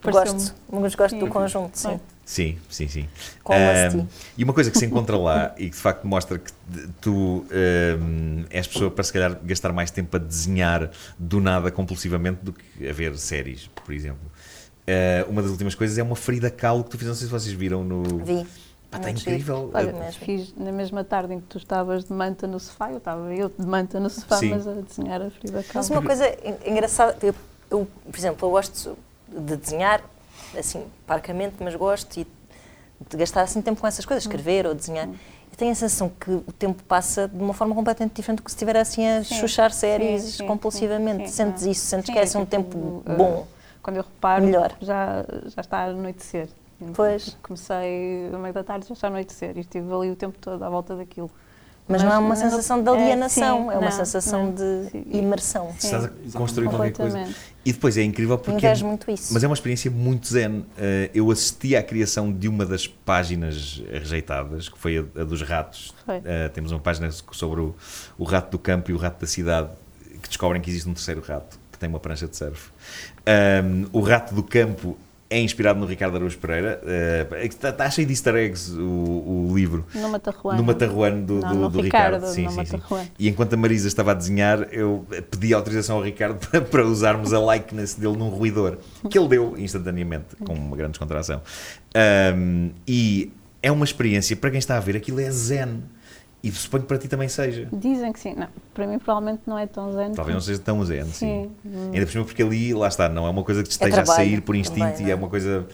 [SPEAKER 5] Pareceu-me-
[SPEAKER 3] Gosto, mas gosto do
[SPEAKER 5] Sim.
[SPEAKER 3] conjunto, sim.
[SPEAKER 2] Sim, sim, sim.
[SPEAKER 5] um
[SPEAKER 3] Com um Lusty.
[SPEAKER 2] Ahm, e uma coisa que se encontra lá e que de facto mostra que de- tu ahm, és pessoa para se calhar gastar mais tempo a desenhar do nada compulsivamente do que a ver séries, por exemplo. eh, uma das últimas coisas é uma ferida calo que tu fizeste, não sei se vocês viram no.
[SPEAKER 3] Vi.
[SPEAKER 2] Pá, está
[SPEAKER 3] Muito giro.
[SPEAKER 2] incrível.
[SPEAKER 5] Olha,
[SPEAKER 2] Eh,
[SPEAKER 3] mesmo.
[SPEAKER 5] fiz na mesma tarde em que tu estavas de manta no sofá, eu estava eu de manta no sofá,
[SPEAKER 2] Sim.
[SPEAKER 5] mas a desenhar a Frida
[SPEAKER 3] Mas
[SPEAKER 5] Kahlo.
[SPEAKER 3] uma coisa en- engraçada, eu, eu, por exemplo, eu gosto de desenhar, assim, parcamente, mas gosto e de gastar assim tempo com essas
[SPEAKER 5] Hum.
[SPEAKER 3] coisas, escrever ou desenhar. Eu tenho a sensação que o tempo passa de uma forma completamente diferente do que se estiver assim a
[SPEAKER 5] Sim,
[SPEAKER 3] chuchar
[SPEAKER 5] sim,
[SPEAKER 3] séries
[SPEAKER 5] sim,
[SPEAKER 3] compulsivamente.
[SPEAKER 5] sim, sim,
[SPEAKER 3] sentes
[SPEAKER 5] sim.
[SPEAKER 3] isso, sentes
[SPEAKER 5] Sim,
[SPEAKER 3] que é assim um
[SPEAKER 5] tipo,
[SPEAKER 3] tempo
[SPEAKER 5] eh,
[SPEAKER 3] bom.
[SPEAKER 5] Quando eu reparo,
[SPEAKER 3] Melhor.
[SPEAKER 5] Já, já está a anoitecer. Então,
[SPEAKER 3] Pois.
[SPEAKER 5] Comecei a meio da tarde, já está a anoitecer e estive ali o tempo todo à volta daquilo.
[SPEAKER 3] Mas não é uma
[SPEAKER 5] mas-
[SPEAKER 3] sensação de
[SPEAKER 5] é, sim,
[SPEAKER 3] alienação, é, uma
[SPEAKER 5] não,
[SPEAKER 3] sensação
[SPEAKER 5] não,
[SPEAKER 3] de
[SPEAKER 5] sim.
[SPEAKER 3] imersão.
[SPEAKER 5] Sim.
[SPEAKER 2] Estás a
[SPEAKER 4] Exatamente.
[SPEAKER 2] construir qualquer coisa.
[SPEAKER 5] É, Completamente. Um
[SPEAKER 2] E depois é incrível porque.
[SPEAKER 3] Invejo muito isso.
[SPEAKER 2] Mas é uma experiência muito zen. Eh, eu assisti à criação de uma das páginas rejeitadas, que foi a, a dos ratos.
[SPEAKER 5] Foi.
[SPEAKER 2] Eh, temos uma página sobre o, o rato do campo e o rato da cidade, que descobrem que existe um terceiro rato, que tem uma prancha de surf. Ahm, o rato do campo é inspirado no Ricardo Araújo Pereira. Eh, está, está cheio de easter eggs o, o livro.
[SPEAKER 5] No Matarruano.
[SPEAKER 2] No Matarruano do,
[SPEAKER 5] Não,
[SPEAKER 2] do,
[SPEAKER 5] no
[SPEAKER 2] do Ricardo.
[SPEAKER 5] Ricardo,
[SPEAKER 2] Sim,
[SPEAKER 5] no
[SPEAKER 2] sim, sim.
[SPEAKER 5] Matarruano.
[SPEAKER 2] E enquanto a Marisa estava a desenhar, eu pedi autorização ao Ricardo para, para usarmos a likeness dele num ruidor, que ele deu instantaneamente, com uma grande descontração. Ahm, e é uma experiência, para quem está a ver, aquilo é zen. E suponho que para ti também seja.
[SPEAKER 5] Dizem que sim. Não, para mim, provavelmente, não é tão zen.
[SPEAKER 2] Talvez não seja tão zen, sim.
[SPEAKER 5] Sim.
[SPEAKER 2] Ainda por cima, porque ali, lá está, não é uma coisa que te esteja a
[SPEAKER 3] trabalho
[SPEAKER 2] sair por instinto
[SPEAKER 3] também,
[SPEAKER 2] e é
[SPEAKER 3] não é?
[SPEAKER 2] uma coisa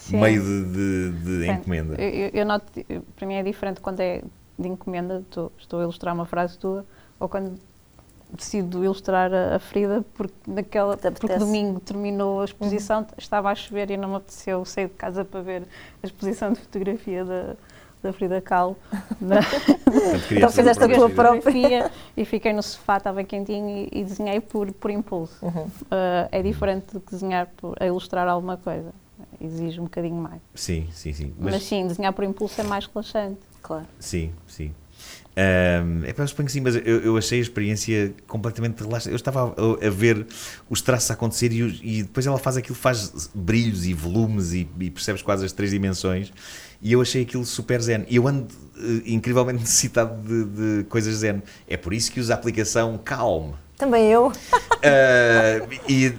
[SPEAKER 5] Sim.
[SPEAKER 2] meio de, de- de
[SPEAKER 5] Sim.
[SPEAKER 2] encomenda.
[SPEAKER 5] Eu, eu- eu noto, eu- para mim é diferente quando é de encomenda, estou, estou a ilustrar uma frase tua, ou quando decido ilustrar a, a Frida, porque, naquela,
[SPEAKER 3] Te
[SPEAKER 5] porque
[SPEAKER 3] apetece. Uhum.
[SPEAKER 5] domingo terminou a exposição, t- estava a chover e não me apeteceu sair de casa para ver a exposição de fotografia da, da Frida Kahlo. na-
[SPEAKER 2] Portanto, queria
[SPEAKER 3] Então
[SPEAKER 2] fazer
[SPEAKER 3] fizeste a
[SPEAKER 2] uma
[SPEAKER 3] tua
[SPEAKER 2] propaganda.
[SPEAKER 5] fotografia e fiquei no sofá, estava quentinho e, e desenhei por, por impulso.
[SPEAKER 3] Uhum.
[SPEAKER 5] Ah, é diferente de desenhar por, a ilustrar alguma coisa, exige um bocadinho mais.
[SPEAKER 2] Sim, sim, sim.
[SPEAKER 5] Mas, sim, desenhar por impulso é mais relaxante.
[SPEAKER 3] Claro.
[SPEAKER 2] Sim, sim. Ahm, é para eu suponho que sim, mas eu, eu achei a experiência completamente relaxada. Eu estava a, a ver os traços a acontecer e, os- e depois ela faz aquilo, faz brilhos e volumes e, e percebes quase as três dimensões. E eu achei aquilo super zen. E eu ando eh, incrivelmente necessitado de, de coisas zen. É por isso que uso a aplicação Calm.
[SPEAKER 3] Também eu.
[SPEAKER 2] Ah, e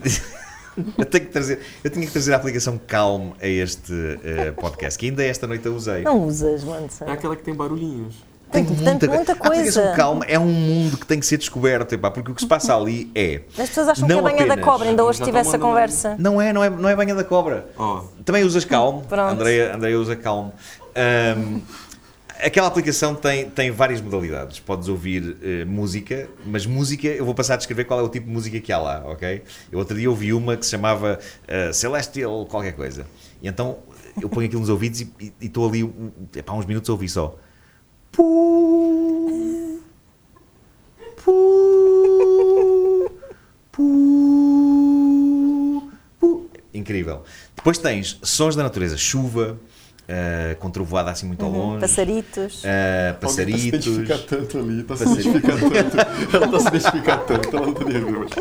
[SPEAKER 2] eu tenho que trazer, eu tinha que trazer a aplicação Calm a este eh, podcast, que ainda esta noite a usei.
[SPEAKER 3] Não usas, Mansa.
[SPEAKER 4] É aquela que tem barulhinhos.
[SPEAKER 2] Tem
[SPEAKER 3] Portanto,
[SPEAKER 2] muita,
[SPEAKER 3] muita
[SPEAKER 2] coisa. A aplicação
[SPEAKER 3] coisa.
[SPEAKER 2] Calma é um mundo que tem que ser descoberto, epá, porque o que se passa ali é.
[SPEAKER 3] As pessoas acham
[SPEAKER 2] Não
[SPEAKER 3] que é banha da
[SPEAKER 2] apenas.
[SPEAKER 3] cobra, ainda hoje
[SPEAKER 4] Já
[SPEAKER 3] tive
[SPEAKER 4] estão
[SPEAKER 3] essa
[SPEAKER 4] mandando-
[SPEAKER 3] conversa.
[SPEAKER 2] Não é, não é, não é banha da cobra.
[SPEAKER 4] Ó.
[SPEAKER 2] Também usas Calm.
[SPEAKER 3] Pronto.
[SPEAKER 2] Andrea, Andrea usa Calm. Ahm, aquela aplicação tem, tem várias modalidades. Podes ouvir eh, música, mas música, eu vou passar a descrever qual é o tipo de música que há lá, ok? Eu outro dia ouvi uma que se chamava eh, Celestial qualquer coisa. E então eu ponho aquilo nos ouvidos e- e e estou ali um- epá, uns minutos a ouvir só. Pu. Pu. Pu. Pu. Incrível. Depois tens sons da natureza, chuva, eh, com trovoada assim muito ao longe.
[SPEAKER 3] Passaritos.
[SPEAKER 2] eh,
[SPEAKER 4] Alguém tá se
[SPEAKER 2] passaritos.
[SPEAKER 4] identificar tanto ali, tá se
[SPEAKER 2] Passaritos.
[SPEAKER 4] identificar tanto. Ela tá se identificar tanto, ela não tá nem a ver, mas-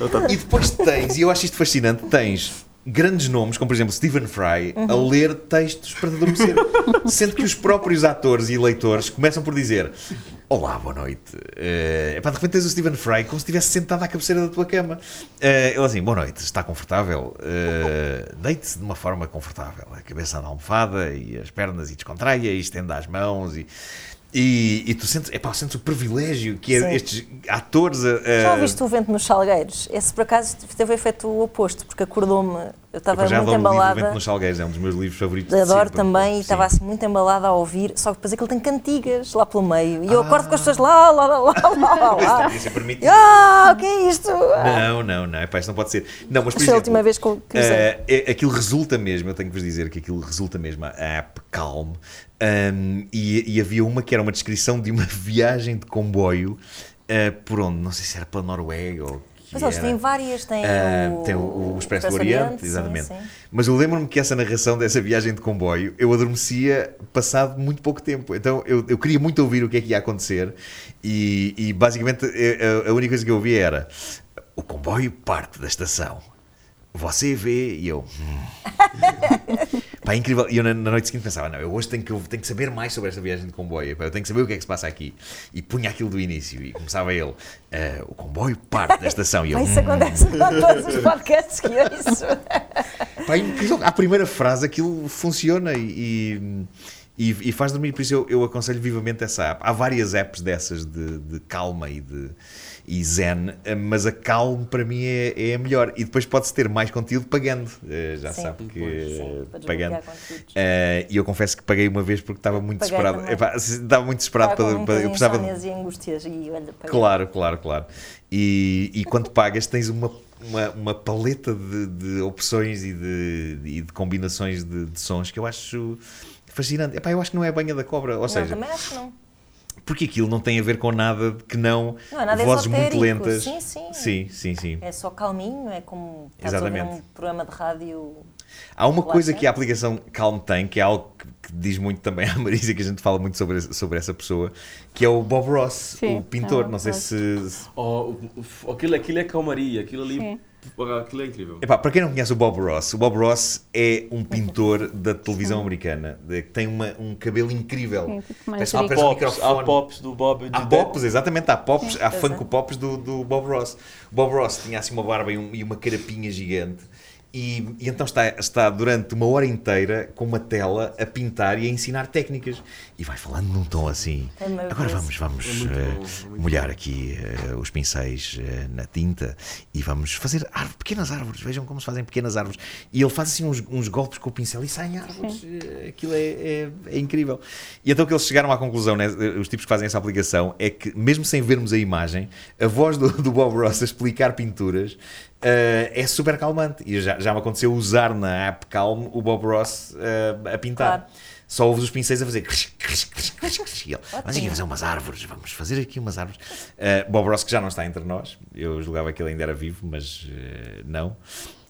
[SPEAKER 4] Ela tá-
[SPEAKER 2] E depois tens, e eu acho isto fascinante, tens grandes nomes, como por exemplo Stephen Fry, a
[SPEAKER 3] Uhum.
[SPEAKER 2] ler textos para adormecer. Sendo que os próprios atores e leitores começam por dizer Olá, boa noite. Eh, epá, de repente tens o Stephen Fry como se estivesse sentado à cabeceira da tua cama. Eh, ele assim, boa noite, está confortável? Eh, Deite-se de uma forma confortável. A cabeça na almofada e as pernas e descontraia e estenda as mãos e... E, e tu sentes, epá, sentes o privilégio que é
[SPEAKER 3] Sim.
[SPEAKER 2] estes atores a- a-
[SPEAKER 3] Já ouviste o vento nos salgueiros? Esse, por acaso, teve o efeito oposto, porque acordou-me. Eu estava
[SPEAKER 2] Eu já
[SPEAKER 3] muito
[SPEAKER 2] adoro o livro
[SPEAKER 3] embalada.
[SPEAKER 2] Vento nos Salgueiros, é um dos meus livros favoritos. de
[SPEAKER 3] Adoro
[SPEAKER 2] sempre.
[SPEAKER 3] também,
[SPEAKER 2] Sim.
[SPEAKER 3] e estava assim muito embalada a ouvir, só que depois aquilo tem cantigas lá pelo meio, e
[SPEAKER 2] Ah.
[SPEAKER 3] eu acordo com as pessoas lá, lá, lá, lá, lá, lá.
[SPEAKER 2] Isso é permitido.
[SPEAKER 3] E, Ah, o que é isto? Ah,
[SPEAKER 2] Não, não, não, epá, isso não pode ser. Não, mas por
[SPEAKER 3] Acho que é a
[SPEAKER 2] exemplo,
[SPEAKER 3] última vez que eu que usei.
[SPEAKER 2] eh, é- aquilo resulta mesmo, eu tenho que vos dizer que aquilo resulta mesmo, a app Calm. Ahm, e, e havia uma que era uma descrição de uma viagem de comboio eh, por onde, não sei se era pela Noruega ou. que
[SPEAKER 3] Mas eles
[SPEAKER 2] era.
[SPEAKER 3] têm várias, têm
[SPEAKER 2] Ah,
[SPEAKER 3] o,
[SPEAKER 2] tem o, o Expresso do
[SPEAKER 3] Oriente,
[SPEAKER 2] Oriente,
[SPEAKER 3] sim,
[SPEAKER 2] exatamente.
[SPEAKER 3] sim.
[SPEAKER 2] Mas eu lembro-me que essa narração dessa viagem de comboio eu adormecia passado muito pouco tempo. Então eu, eu queria muito ouvir o que é que ia acontecer e, e basicamente eh, a, a única coisa que eu ouvi era o comboio parte da estação. Você vê e eu. hum. Pá, é incrível. E eu na, na noite seguinte pensava: não, eu hoje tenho que, eu tenho que saber mais sobre esta viagem de comboio. pá, Eu tenho que saber o que é que se passa aqui. E punha aquilo do início e começava ele: "Ah, o comboio parte da estação. E eu.
[SPEAKER 3] Mas
[SPEAKER 2] "Hum."
[SPEAKER 3] isso acontece com todos os podcasts que eu ouço.
[SPEAKER 2] Pá, é incrível. À primeira frase aquilo funciona e, e, e faz dormir. Por isso eu, eu aconselho vivamente essa app. Há várias apps dessas de, de calma e de e zen, eh, mas a calma para mim é, é a melhor. E depois pode-se ter mais conteúdo pagando. Eh, Já
[SPEAKER 3] Sim,
[SPEAKER 2] sabe que
[SPEAKER 3] pois, sim,
[SPEAKER 2] eh,
[SPEAKER 3] para desbloquear
[SPEAKER 2] pagando.
[SPEAKER 3] conteúdos.
[SPEAKER 2] Eh, E eu confesso que paguei uma vez porque estava muito
[SPEAKER 3] Paguei
[SPEAKER 2] desesperado.
[SPEAKER 3] também.
[SPEAKER 2] Epá, Estava muito desesperado
[SPEAKER 3] Estava
[SPEAKER 2] para,
[SPEAKER 3] com um
[SPEAKER 2] para-
[SPEAKER 3] muitas
[SPEAKER 2] eu precisava de-
[SPEAKER 3] insónias e angústias e olha para
[SPEAKER 2] Claro, claro, claro. E, e quando pagas, tens uma, uma, uma paleta de, de opções e de, e de combinações de, de sons que eu acho fascinante. Epá, eu acho que não é a banha da cobra, ou
[SPEAKER 3] Não,
[SPEAKER 2] seja,
[SPEAKER 3] também acho que não.
[SPEAKER 2] porque aquilo não tem a ver com nada que não,
[SPEAKER 3] Não é nada
[SPEAKER 2] vozes muito
[SPEAKER 3] esotérico,
[SPEAKER 2] lentas.
[SPEAKER 3] sim, sim.
[SPEAKER 2] sim, sim, sim.
[SPEAKER 3] É só calminho, é como estás a ouvir
[SPEAKER 2] Exatamente.
[SPEAKER 3] um programa de rádio.
[SPEAKER 2] Há uma
[SPEAKER 3] Claro,
[SPEAKER 2] coisa
[SPEAKER 3] né?
[SPEAKER 2] que a aplicação Calm tem, que é algo que, que diz muito também à Marisa, que a gente fala muito sobre, sobre essa pessoa, que é o Bob Ross,
[SPEAKER 5] Sim,
[SPEAKER 2] o pintor.
[SPEAKER 5] é o
[SPEAKER 2] não sei
[SPEAKER 5] Bob
[SPEAKER 2] se. se-
[SPEAKER 4] Ó, o- o- aquilo, aquilo é calmaria, aquilo ali.
[SPEAKER 5] Sim.
[SPEAKER 4] Aquilo é incrível.
[SPEAKER 2] Epá, para quem não conhece o Bob Ross, o Bob Ross é um pintor da televisão americana, de- que tem uma- um cabelo incrível.
[SPEAKER 5] Sim, tipo
[SPEAKER 2] Parece-
[SPEAKER 5] manjerico.
[SPEAKER 2] parece um
[SPEAKER 4] Pops, há
[SPEAKER 2] microfone.
[SPEAKER 4] pops do Bob. de-
[SPEAKER 2] Há pops, exatamente, há pops, há
[SPEAKER 3] pois
[SPEAKER 2] funko
[SPEAKER 3] é.
[SPEAKER 2] pops do, do Bob Ross. O Bob Ross tinha assim uma barba e, um- e uma carapinha gigante. E, e então está, está durante uma hora inteira com uma tela a pintar e a ensinar técnicas. E vai falando num tom assim.
[SPEAKER 3] É maravilhoso.
[SPEAKER 2] Agora vamos, vamos eh, molhar aqui eh, os pincéis eh, na tinta e vamos fazer árvore- pequenas árvores. Vejam como se fazem pequenas árvores. E ele faz assim uns, uns golpes com o pincel e saem árvores. Eh, Aquilo é, é- é incrível. E então o que eles chegaram à conclusão, né, eh, os tipos que fazem essa aplicação, é que mesmo sem vermos a imagem, a voz do, do Bob Ross a explicar pinturas eh, é super calmante. E já, já me aconteceu usar na app Calm o Bob Ross eh, a pintar.
[SPEAKER 3] Claro.
[SPEAKER 2] Só ouves os pincéis a fazer. crish, crish, crish, crish, crish. E ele, Vamos aqui fazer umas árvores, vamos fazer aqui umas árvores. Uh, Bob Ross, que já não está entre nós, eu julgava que ele ainda era vivo, mas uh, não.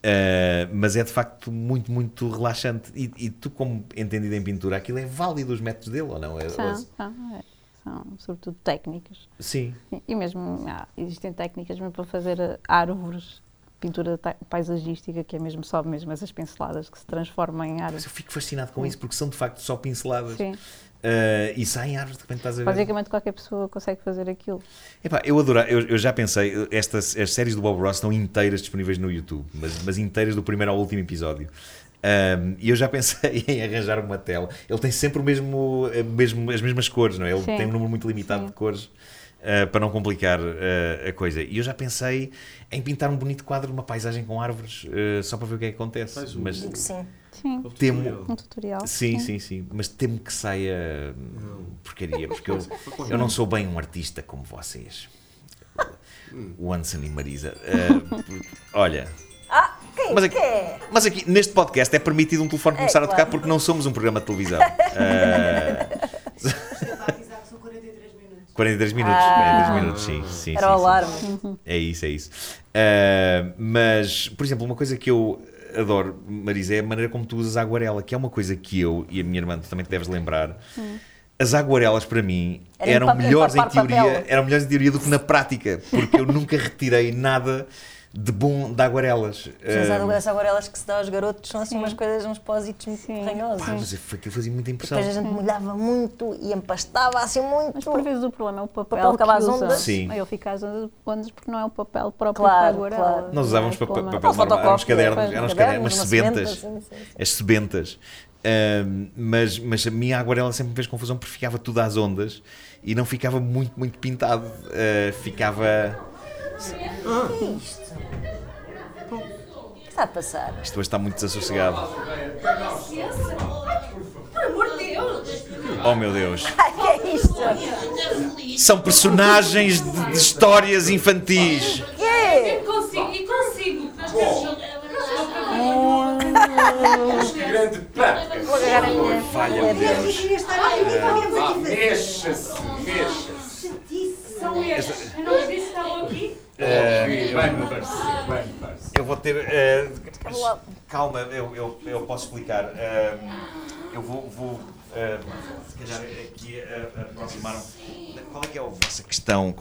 [SPEAKER 2] Uh, mas é de facto muito, muito relaxante. E, e tu, como entendido em pintura, aquilo é válido os métodos dele ou não? É-
[SPEAKER 5] São,
[SPEAKER 2] ou-
[SPEAKER 5] são, é, são sobretudo técnicas.
[SPEAKER 2] sim.
[SPEAKER 5] E- E mesmo há- existem técnicas mesmo para fazer eh, árvores, pintura ta- paisagística, que é mesmo só mesmo essas pinceladas que se transformam em
[SPEAKER 2] Mas
[SPEAKER 5] árvores.
[SPEAKER 2] eu fico fascinado com isso, porque são de facto só pinceladas.
[SPEAKER 5] Sim.
[SPEAKER 2] Uh, e saem árvores, de repente estás a ver.
[SPEAKER 5] Basicamente qualquer pessoa consegue fazer aquilo.
[SPEAKER 2] Epá, eu adorava, eu, eu já pensei, estas as séries do Bob Ross estão inteiras disponíveis no YouTube, mas, mas inteiras do primeiro ao último episódio. Ahm, E eu já pensei em arranjar uma tela. Ele tem sempre o mesmo, a mesmo- as mesmas cores, não é? Ele
[SPEAKER 5] Sim.
[SPEAKER 2] tem um número muito limitado de cores. ah, para não complicar ah, a coisa. E eu já pensei em pintar um bonito quadro de uma paisagem com árvores, ah, só para ver o que é que acontece.
[SPEAKER 4] Faz um-
[SPEAKER 2] Mas
[SPEAKER 3] Digo sim.
[SPEAKER 5] Sim,
[SPEAKER 2] temo,
[SPEAKER 5] um
[SPEAKER 3] Ah,
[SPEAKER 5] tutorial.
[SPEAKER 2] Sim, sim, sim. Mas temo que saia hum, porcaria, porque eu, eu não sou bem um artista como vocês. O Anson e Marisa. Ah, por- olha.
[SPEAKER 3] Ah,
[SPEAKER 5] é
[SPEAKER 2] Mas é
[SPEAKER 3] quem mas
[SPEAKER 2] aqui,
[SPEAKER 3] quer?
[SPEAKER 2] mas aqui, neste podcast, é permitido um telefone começar a tocar
[SPEAKER 3] claro.
[SPEAKER 2] porque não somos um programa de televisão. Ah,
[SPEAKER 6] Estava a avisar que são 43 minutos.
[SPEAKER 2] 43 minutos.
[SPEAKER 3] Ah.
[SPEAKER 2] 43 minutos, sim. sim
[SPEAKER 3] Era
[SPEAKER 2] sim,
[SPEAKER 3] o
[SPEAKER 2] sim.
[SPEAKER 3] alarme.
[SPEAKER 2] É isso, é isso. Ah, mas, por exemplo, uma coisa que eu adoro, Marisa, é a maneira como tu usas a aguarela, que é uma coisa que eu e a minha irmã tu também te deves lembrar. As aguarelas para mim
[SPEAKER 3] Hum. Era
[SPEAKER 2] eram
[SPEAKER 3] empa-
[SPEAKER 2] melhores em
[SPEAKER 3] empapar
[SPEAKER 2] teoria,
[SPEAKER 3] papel.
[SPEAKER 2] eram melhores em teoria do que na prática, porque eu nunca retirei nada de bom de aguarelas.
[SPEAKER 3] As
[SPEAKER 2] Ah,
[SPEAKER 3] aguarelas aguarelas que se dá aos garotos são assim umas coisas, uns pósitos muito
[SPEAKER 5] Sim.
[SPEAKER 3] ranhosos.
[SPEAKER 2] pá, mas foi- aquilo fazia muita impressão.
[SPEAKER 3] Depois a gente molhava muito e empastava assim muito.
[SPEAKER 5] Mas por vezes o problema é o papel,
[SPEAKER 3] Papel acaba às
[SPEAKER 5] que usa.
[SPEAKER 3] ondas.
[SPEAKER 2] Sim.
[SPEAKER 5] Ele fica às ondas- ondas porque não é o papel próprio
[SPEAKER 3] Claro,
[SPEAKER 5] para a aguarela.
[SPEAKER 3] claro.
[SPEAKER 2] Nós usávamos
[SPEAKER 5] Não é
[SPEAKER 2] pa- pa-
[SPEAKER 5] como-
[SPEAKER 2] papel
[SPEAKER 3] Ou
[SPEAKER 2] normal, eram os
[SPEAKER 3] fotocópia,
[SPEAKER 2] cadernos,
[SPEAKER 3] pois,
[SPEAKER 2] eram os
[SPEAKER 3] uns
[SPEAKER 2] cadernos, umas
[SPEAKER 3] cadernos,
[SPEAKER 2] sebentas,
[SPEAKER 3] uma sebenta, sim, sim,
[SPEAKER 2] as sebentas. Ahm, mas, mas a minha aguarela sempre me fez confusão porque ficava tudo às ondas e não ficava muito, muito pintado. Ah, ficava.
[SPEAKER 3] O que é isto? O que está a passar?
[SPEAKER 2] Isto hoje está muito desassossegado.
[SPEAKER 6] Licença? Por amor de Deus!
[SPEAKER 2] Oh meu Deus!
[SPEAKER 3] Ai, que é isto?
[SPEAKER 2] São personagens de, de histórias infantis!
[SPEAKER 3] Quê?
[SPEAKER 6] Eu É consigo, e consigo! Nós temos.
[SPEAKER 7] Grande paca!
[SPEAKER 3] Vou agarrar a minha. minha vida.
[SPEAKER 6] Eu queria estar aqui, o que é que
[SPEAKER 7] Mexa-se, mexa-se!
[SPEAKER 6] Disse, são estes. Eu não lhes disse que estavam aqui.
[SPEAKER 7] Bem me parecia, bem me parecia.
[SPEAKER 2] Eu vou ter. ah, calma, eu, eu, eu posso explicar. Ah, eu vou. vou ah, se calhar aqui ah, aproximar-me. Qual é que é a vossa questão?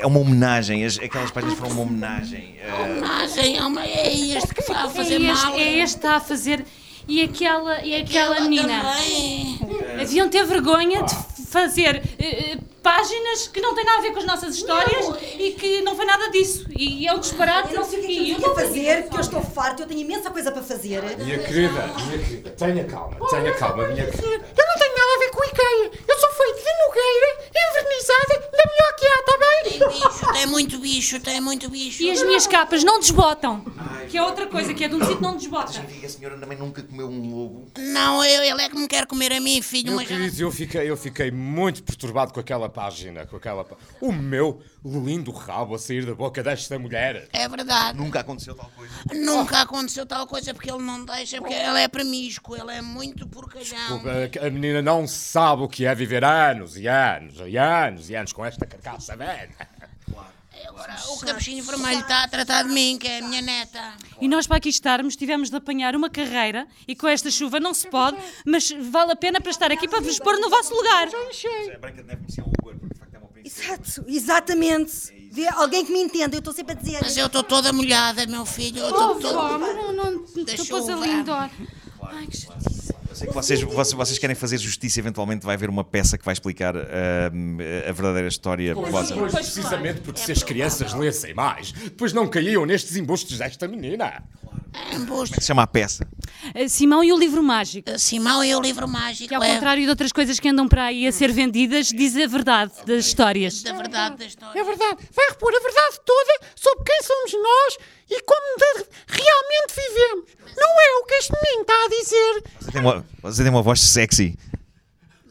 [SPEAKER 2] É uma homenagem, as- aquelas páginas foram uma homenagem. ah,
[SPEAKER 8] homenagem é uma- é este que está a
[SPEAKER 6] É
[SPEAKER 8] fazer mal.
[SPEAKER 6] este, é este que está a fazer. E aquela, e aquela menina.
[SPEAKER 8] Também.
[SPEAKER 6] Deviam ter vergonha de fazer eh, eh, páginas que não têm nada a ver com as nossas histórias e que não foi nada disso. E é um disparate.
[SPEAKER 9] Eu não sei o que é
[SPEAKER 6] E
[SPEAKER 9] que eu tenho
[SPEAKER 6] não
[SPEAKER 9] que fazer, porque eu estou farto, eu tenho imensa coisa para fazer.
[SPEAKER 7] Minha querida, minha querida, tenha calma, tenha calma, minha querida.
[SPEAKER 10] Eu não tenho nada a ver com IKEA. Eu sou feito de nogueira, envernizada, da melhor que há, tá bem?
[SPEAKER 8] Tem bicho, tem muito bicho, tem muito bicho.
[SPEAKER 6] E as minhas capas não desbotam. Que é outra coisa, que é de um sítio que não desbota.
[SPEAKER 2] E a senhora também nunca comeu um lobo.
[SPEAKER 8] Não, eu, ele é que me quer comer a mim, filho,
[SPEAKER 7] Meu
[SPEAKER 8] mas já
[SPEAKER 7] querido, eu fiquei, eu fiquei muito perturbado com aquela página, com aquela pá- O meu lindo rabo a sair da boca desta mulher.
[SPEAKER 8] é verdade.
[SPEAKER 2] Nunca aconteceu tal coisa.
[SPEAKER 8] Nunca aconteceu tal coisa porque ele não deixa, porque ele é promíscuo, ele é muito porcalhão.
[SPEAKER 7] A, a menina não sabe o que é viver anos e anos e anos e anos com esta carcaça velha.
[SPEAKER 8] Agora, o capuchinho vermelho está a tratar de mim, que é a minha neta.
[SPEAKER 6] E nós, para aqui estarmos, tivemos de apanhar uma carreira e com esta chuva não se pode, mas vale a pena para estar aqui para vos pôr no vosso lugar.
[SPEAKER 2] A Branca de Neve merecia um Uber, porque de facto é uma princesa.
[SPEAKER 9] Exato, exatamente. Vê alguém que me entenda, eu estou sempre a dizer.
[SPEAKER 8] Mas eu estou toda molhada, meu filho. Eu
[SPEAKER 6] Oh,
[SPEAKER 8] estou
[SPEAKER 6] fome,
[SPEAKER 8] toda.
[SPEAKER 6] não, não,
[SPEAKER 8] Da
[SPEAKER 6] tu pôs
[SPEAKER 8] chuva.
[SPEAKER 6] ali um então. em dó.
[SPEAKER 2] Eu sei que vocês, vocês, vocês querem fazer justiça, eventualmente vai haver uma peça que vai explicar ahm, a verdadeira história vossa.
[SPEAKER 7] Pois, É precisamente porque se as crianças lessem mais, depois não caíam nestes embustes desta menina.
[SPEAKER 8] Embuste.
[SPEAKER 2] Se chama a peça.
[SPEAKER 6] Eh, Simão e o livro mágico.
[SPEAKER 8] Simão e o livro mágico.
[SPEAKER 6] Que ao
[SPEAKER 8] é
[SPEAKER 6] contrário de outras coisas que andam para aí a ser vendidas, diz a verdade das histórias.
[SPEAKER 8] Da verdade da história.
[SPEAKER 10] É verdade. Vai repor a verdade toda sobre quem somos nós e como de- realmente vivemos. Não é o que este menino está a dizer.
[SPEAKER 2] Você tem uma, você tem uma voz sexy.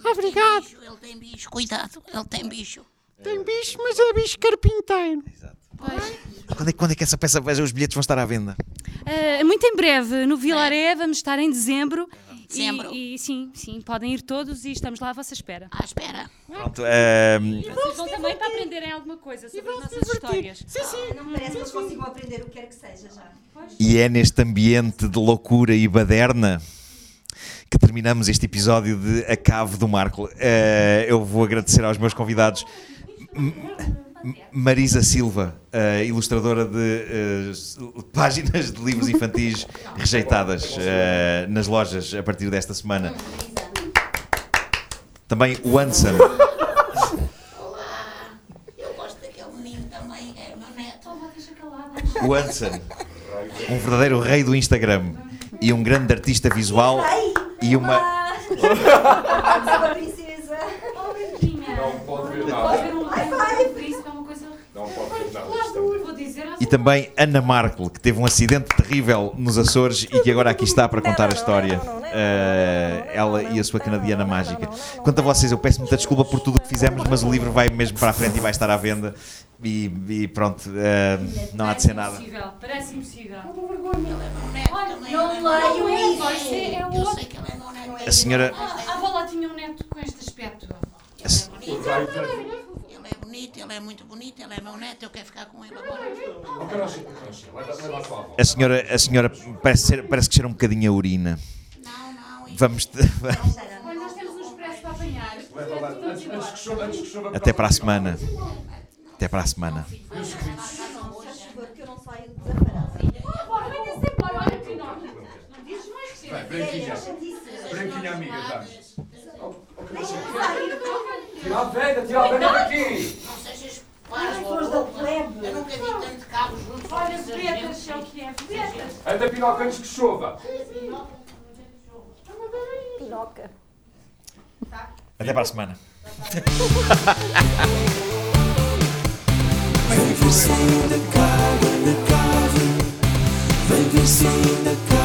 [SPEAKER 10] Obrigado.
[SPEAKER 8] Bicho, Ele tem bicho, cuidado, ele tem bicho.
[SPEAKER 10] Tem bicho, mas é bicho carpinteiro.
[SPEAKER 2] Quando é, quando é que essa peça, os bilhetes vão estar à venda?
[SPEAKER 6] Eh, muito em breve, no Vilaré, vamos estar em dezembro. E-
[SPEAKER 8] Dezembro.
[SPEAKER 6] E, sim, sim, podem ir todos e estamos lá à vossa espera.
[SPEAKER 8] À espera.
[SPEAKER 2] Pronto, ehm, ahm,
[SPEAKER 6] Vocês vão também para aprenderem alguma coisa sobre as nossas histórias.
[SPEAKER 10] Sim, sim.
[SPEAKER 9] Ah, Não me parece que eles consigam aprender o que quer que seja já.
[SPEAKER 2] E é neste ambiente de loucura e baderna que terminamos este episódio de A Cave do Marco. Eh, eu vou agradecer aos meus convidados. M- M- Marisa Silva, eh, ilustradora de eh, s- páginas de livros infantis rejeitadas eh, nas lojas a partir desta semana. Também o Anson,
[SPEAKER 8] Eu gosto daquele menino também, é meu neto.
[SPEAKER 2] o Anson, um verdadeiro rei do Instagram e um grande artista visual
[SPEAKER 9] Ai!
[SPEAKER 2] e uma
[SPEAKER 9] Sou uma princesa.
[SPEAKER 7] Não pode ver nada.
[SPEAKER 6] um é
[SPEAKER 7] Não pode ver nada.
[SPEAKER 2] E também Ana Markle, que teve um acidente terrível nos Açores e que agora aqui está para contar a história. Eh, ela e a sua canadiana mágica. Quanto a vocês, eu peço muita desculpa por tudo o que fizemos, mas o livro vai mesmo para a frente e vai estar à venda. E, e pronto, eh, não há de ser nada.
[SPEAKER 6] é Parece impossível. é
[SPEAKER 9] Não leio isso.
[SPEAKER 8] Eu sei que ele é meu neto.
[SPEAKER 2] A senhora.
[SPEAKER 6] A avó lá tinha um neto com este aspecto.
[SPEAKER 8] Ele é bonito, ele é muito bonito, ele é meu neto, eu quero ficar com ele agora.
[SPEAKER 2] A senhora, a senhora parece, ser, parece que cheira um bocadinho a urina.
[SPEAKER 8] Não, não, e
[SPEAKER 2] Vamos.
[SPEAKER 6] Nós temos um expresso para apanhar.
[SPEAKER 2] Até para a semana. Até para a semana.
[SPEAKER 9] Porque eu não saio desamparada.
[SPEAKER 6] olha que enorme. Não dizes mais que sim.
[SPEAKER 7] Branquinha,
[SPEAKER 9] Disse.
[SPEAKER 7] branquinha amiga, vamos.
[SPEAKER 10] Tira a velha, tá, tira a velha daqui.
[SPEAKER 8] não sejas
[SPEAKER 9] Ai, flores da plebe.
[SPEAKER 8] Eu nunca vi tanto cabo junto. Olha,
[SPEAKER 6] Vetas é o que é. Vetas.
[SPEAKER 10] Até pinocantes tá que chova.
[SPEAKER 9] Pinoca.
[SPEAKER 2] Até para a semana.
[SPEAKER 1] Vem ver se ainda cabe, ainda cabe. Vem ver se ainda cabe.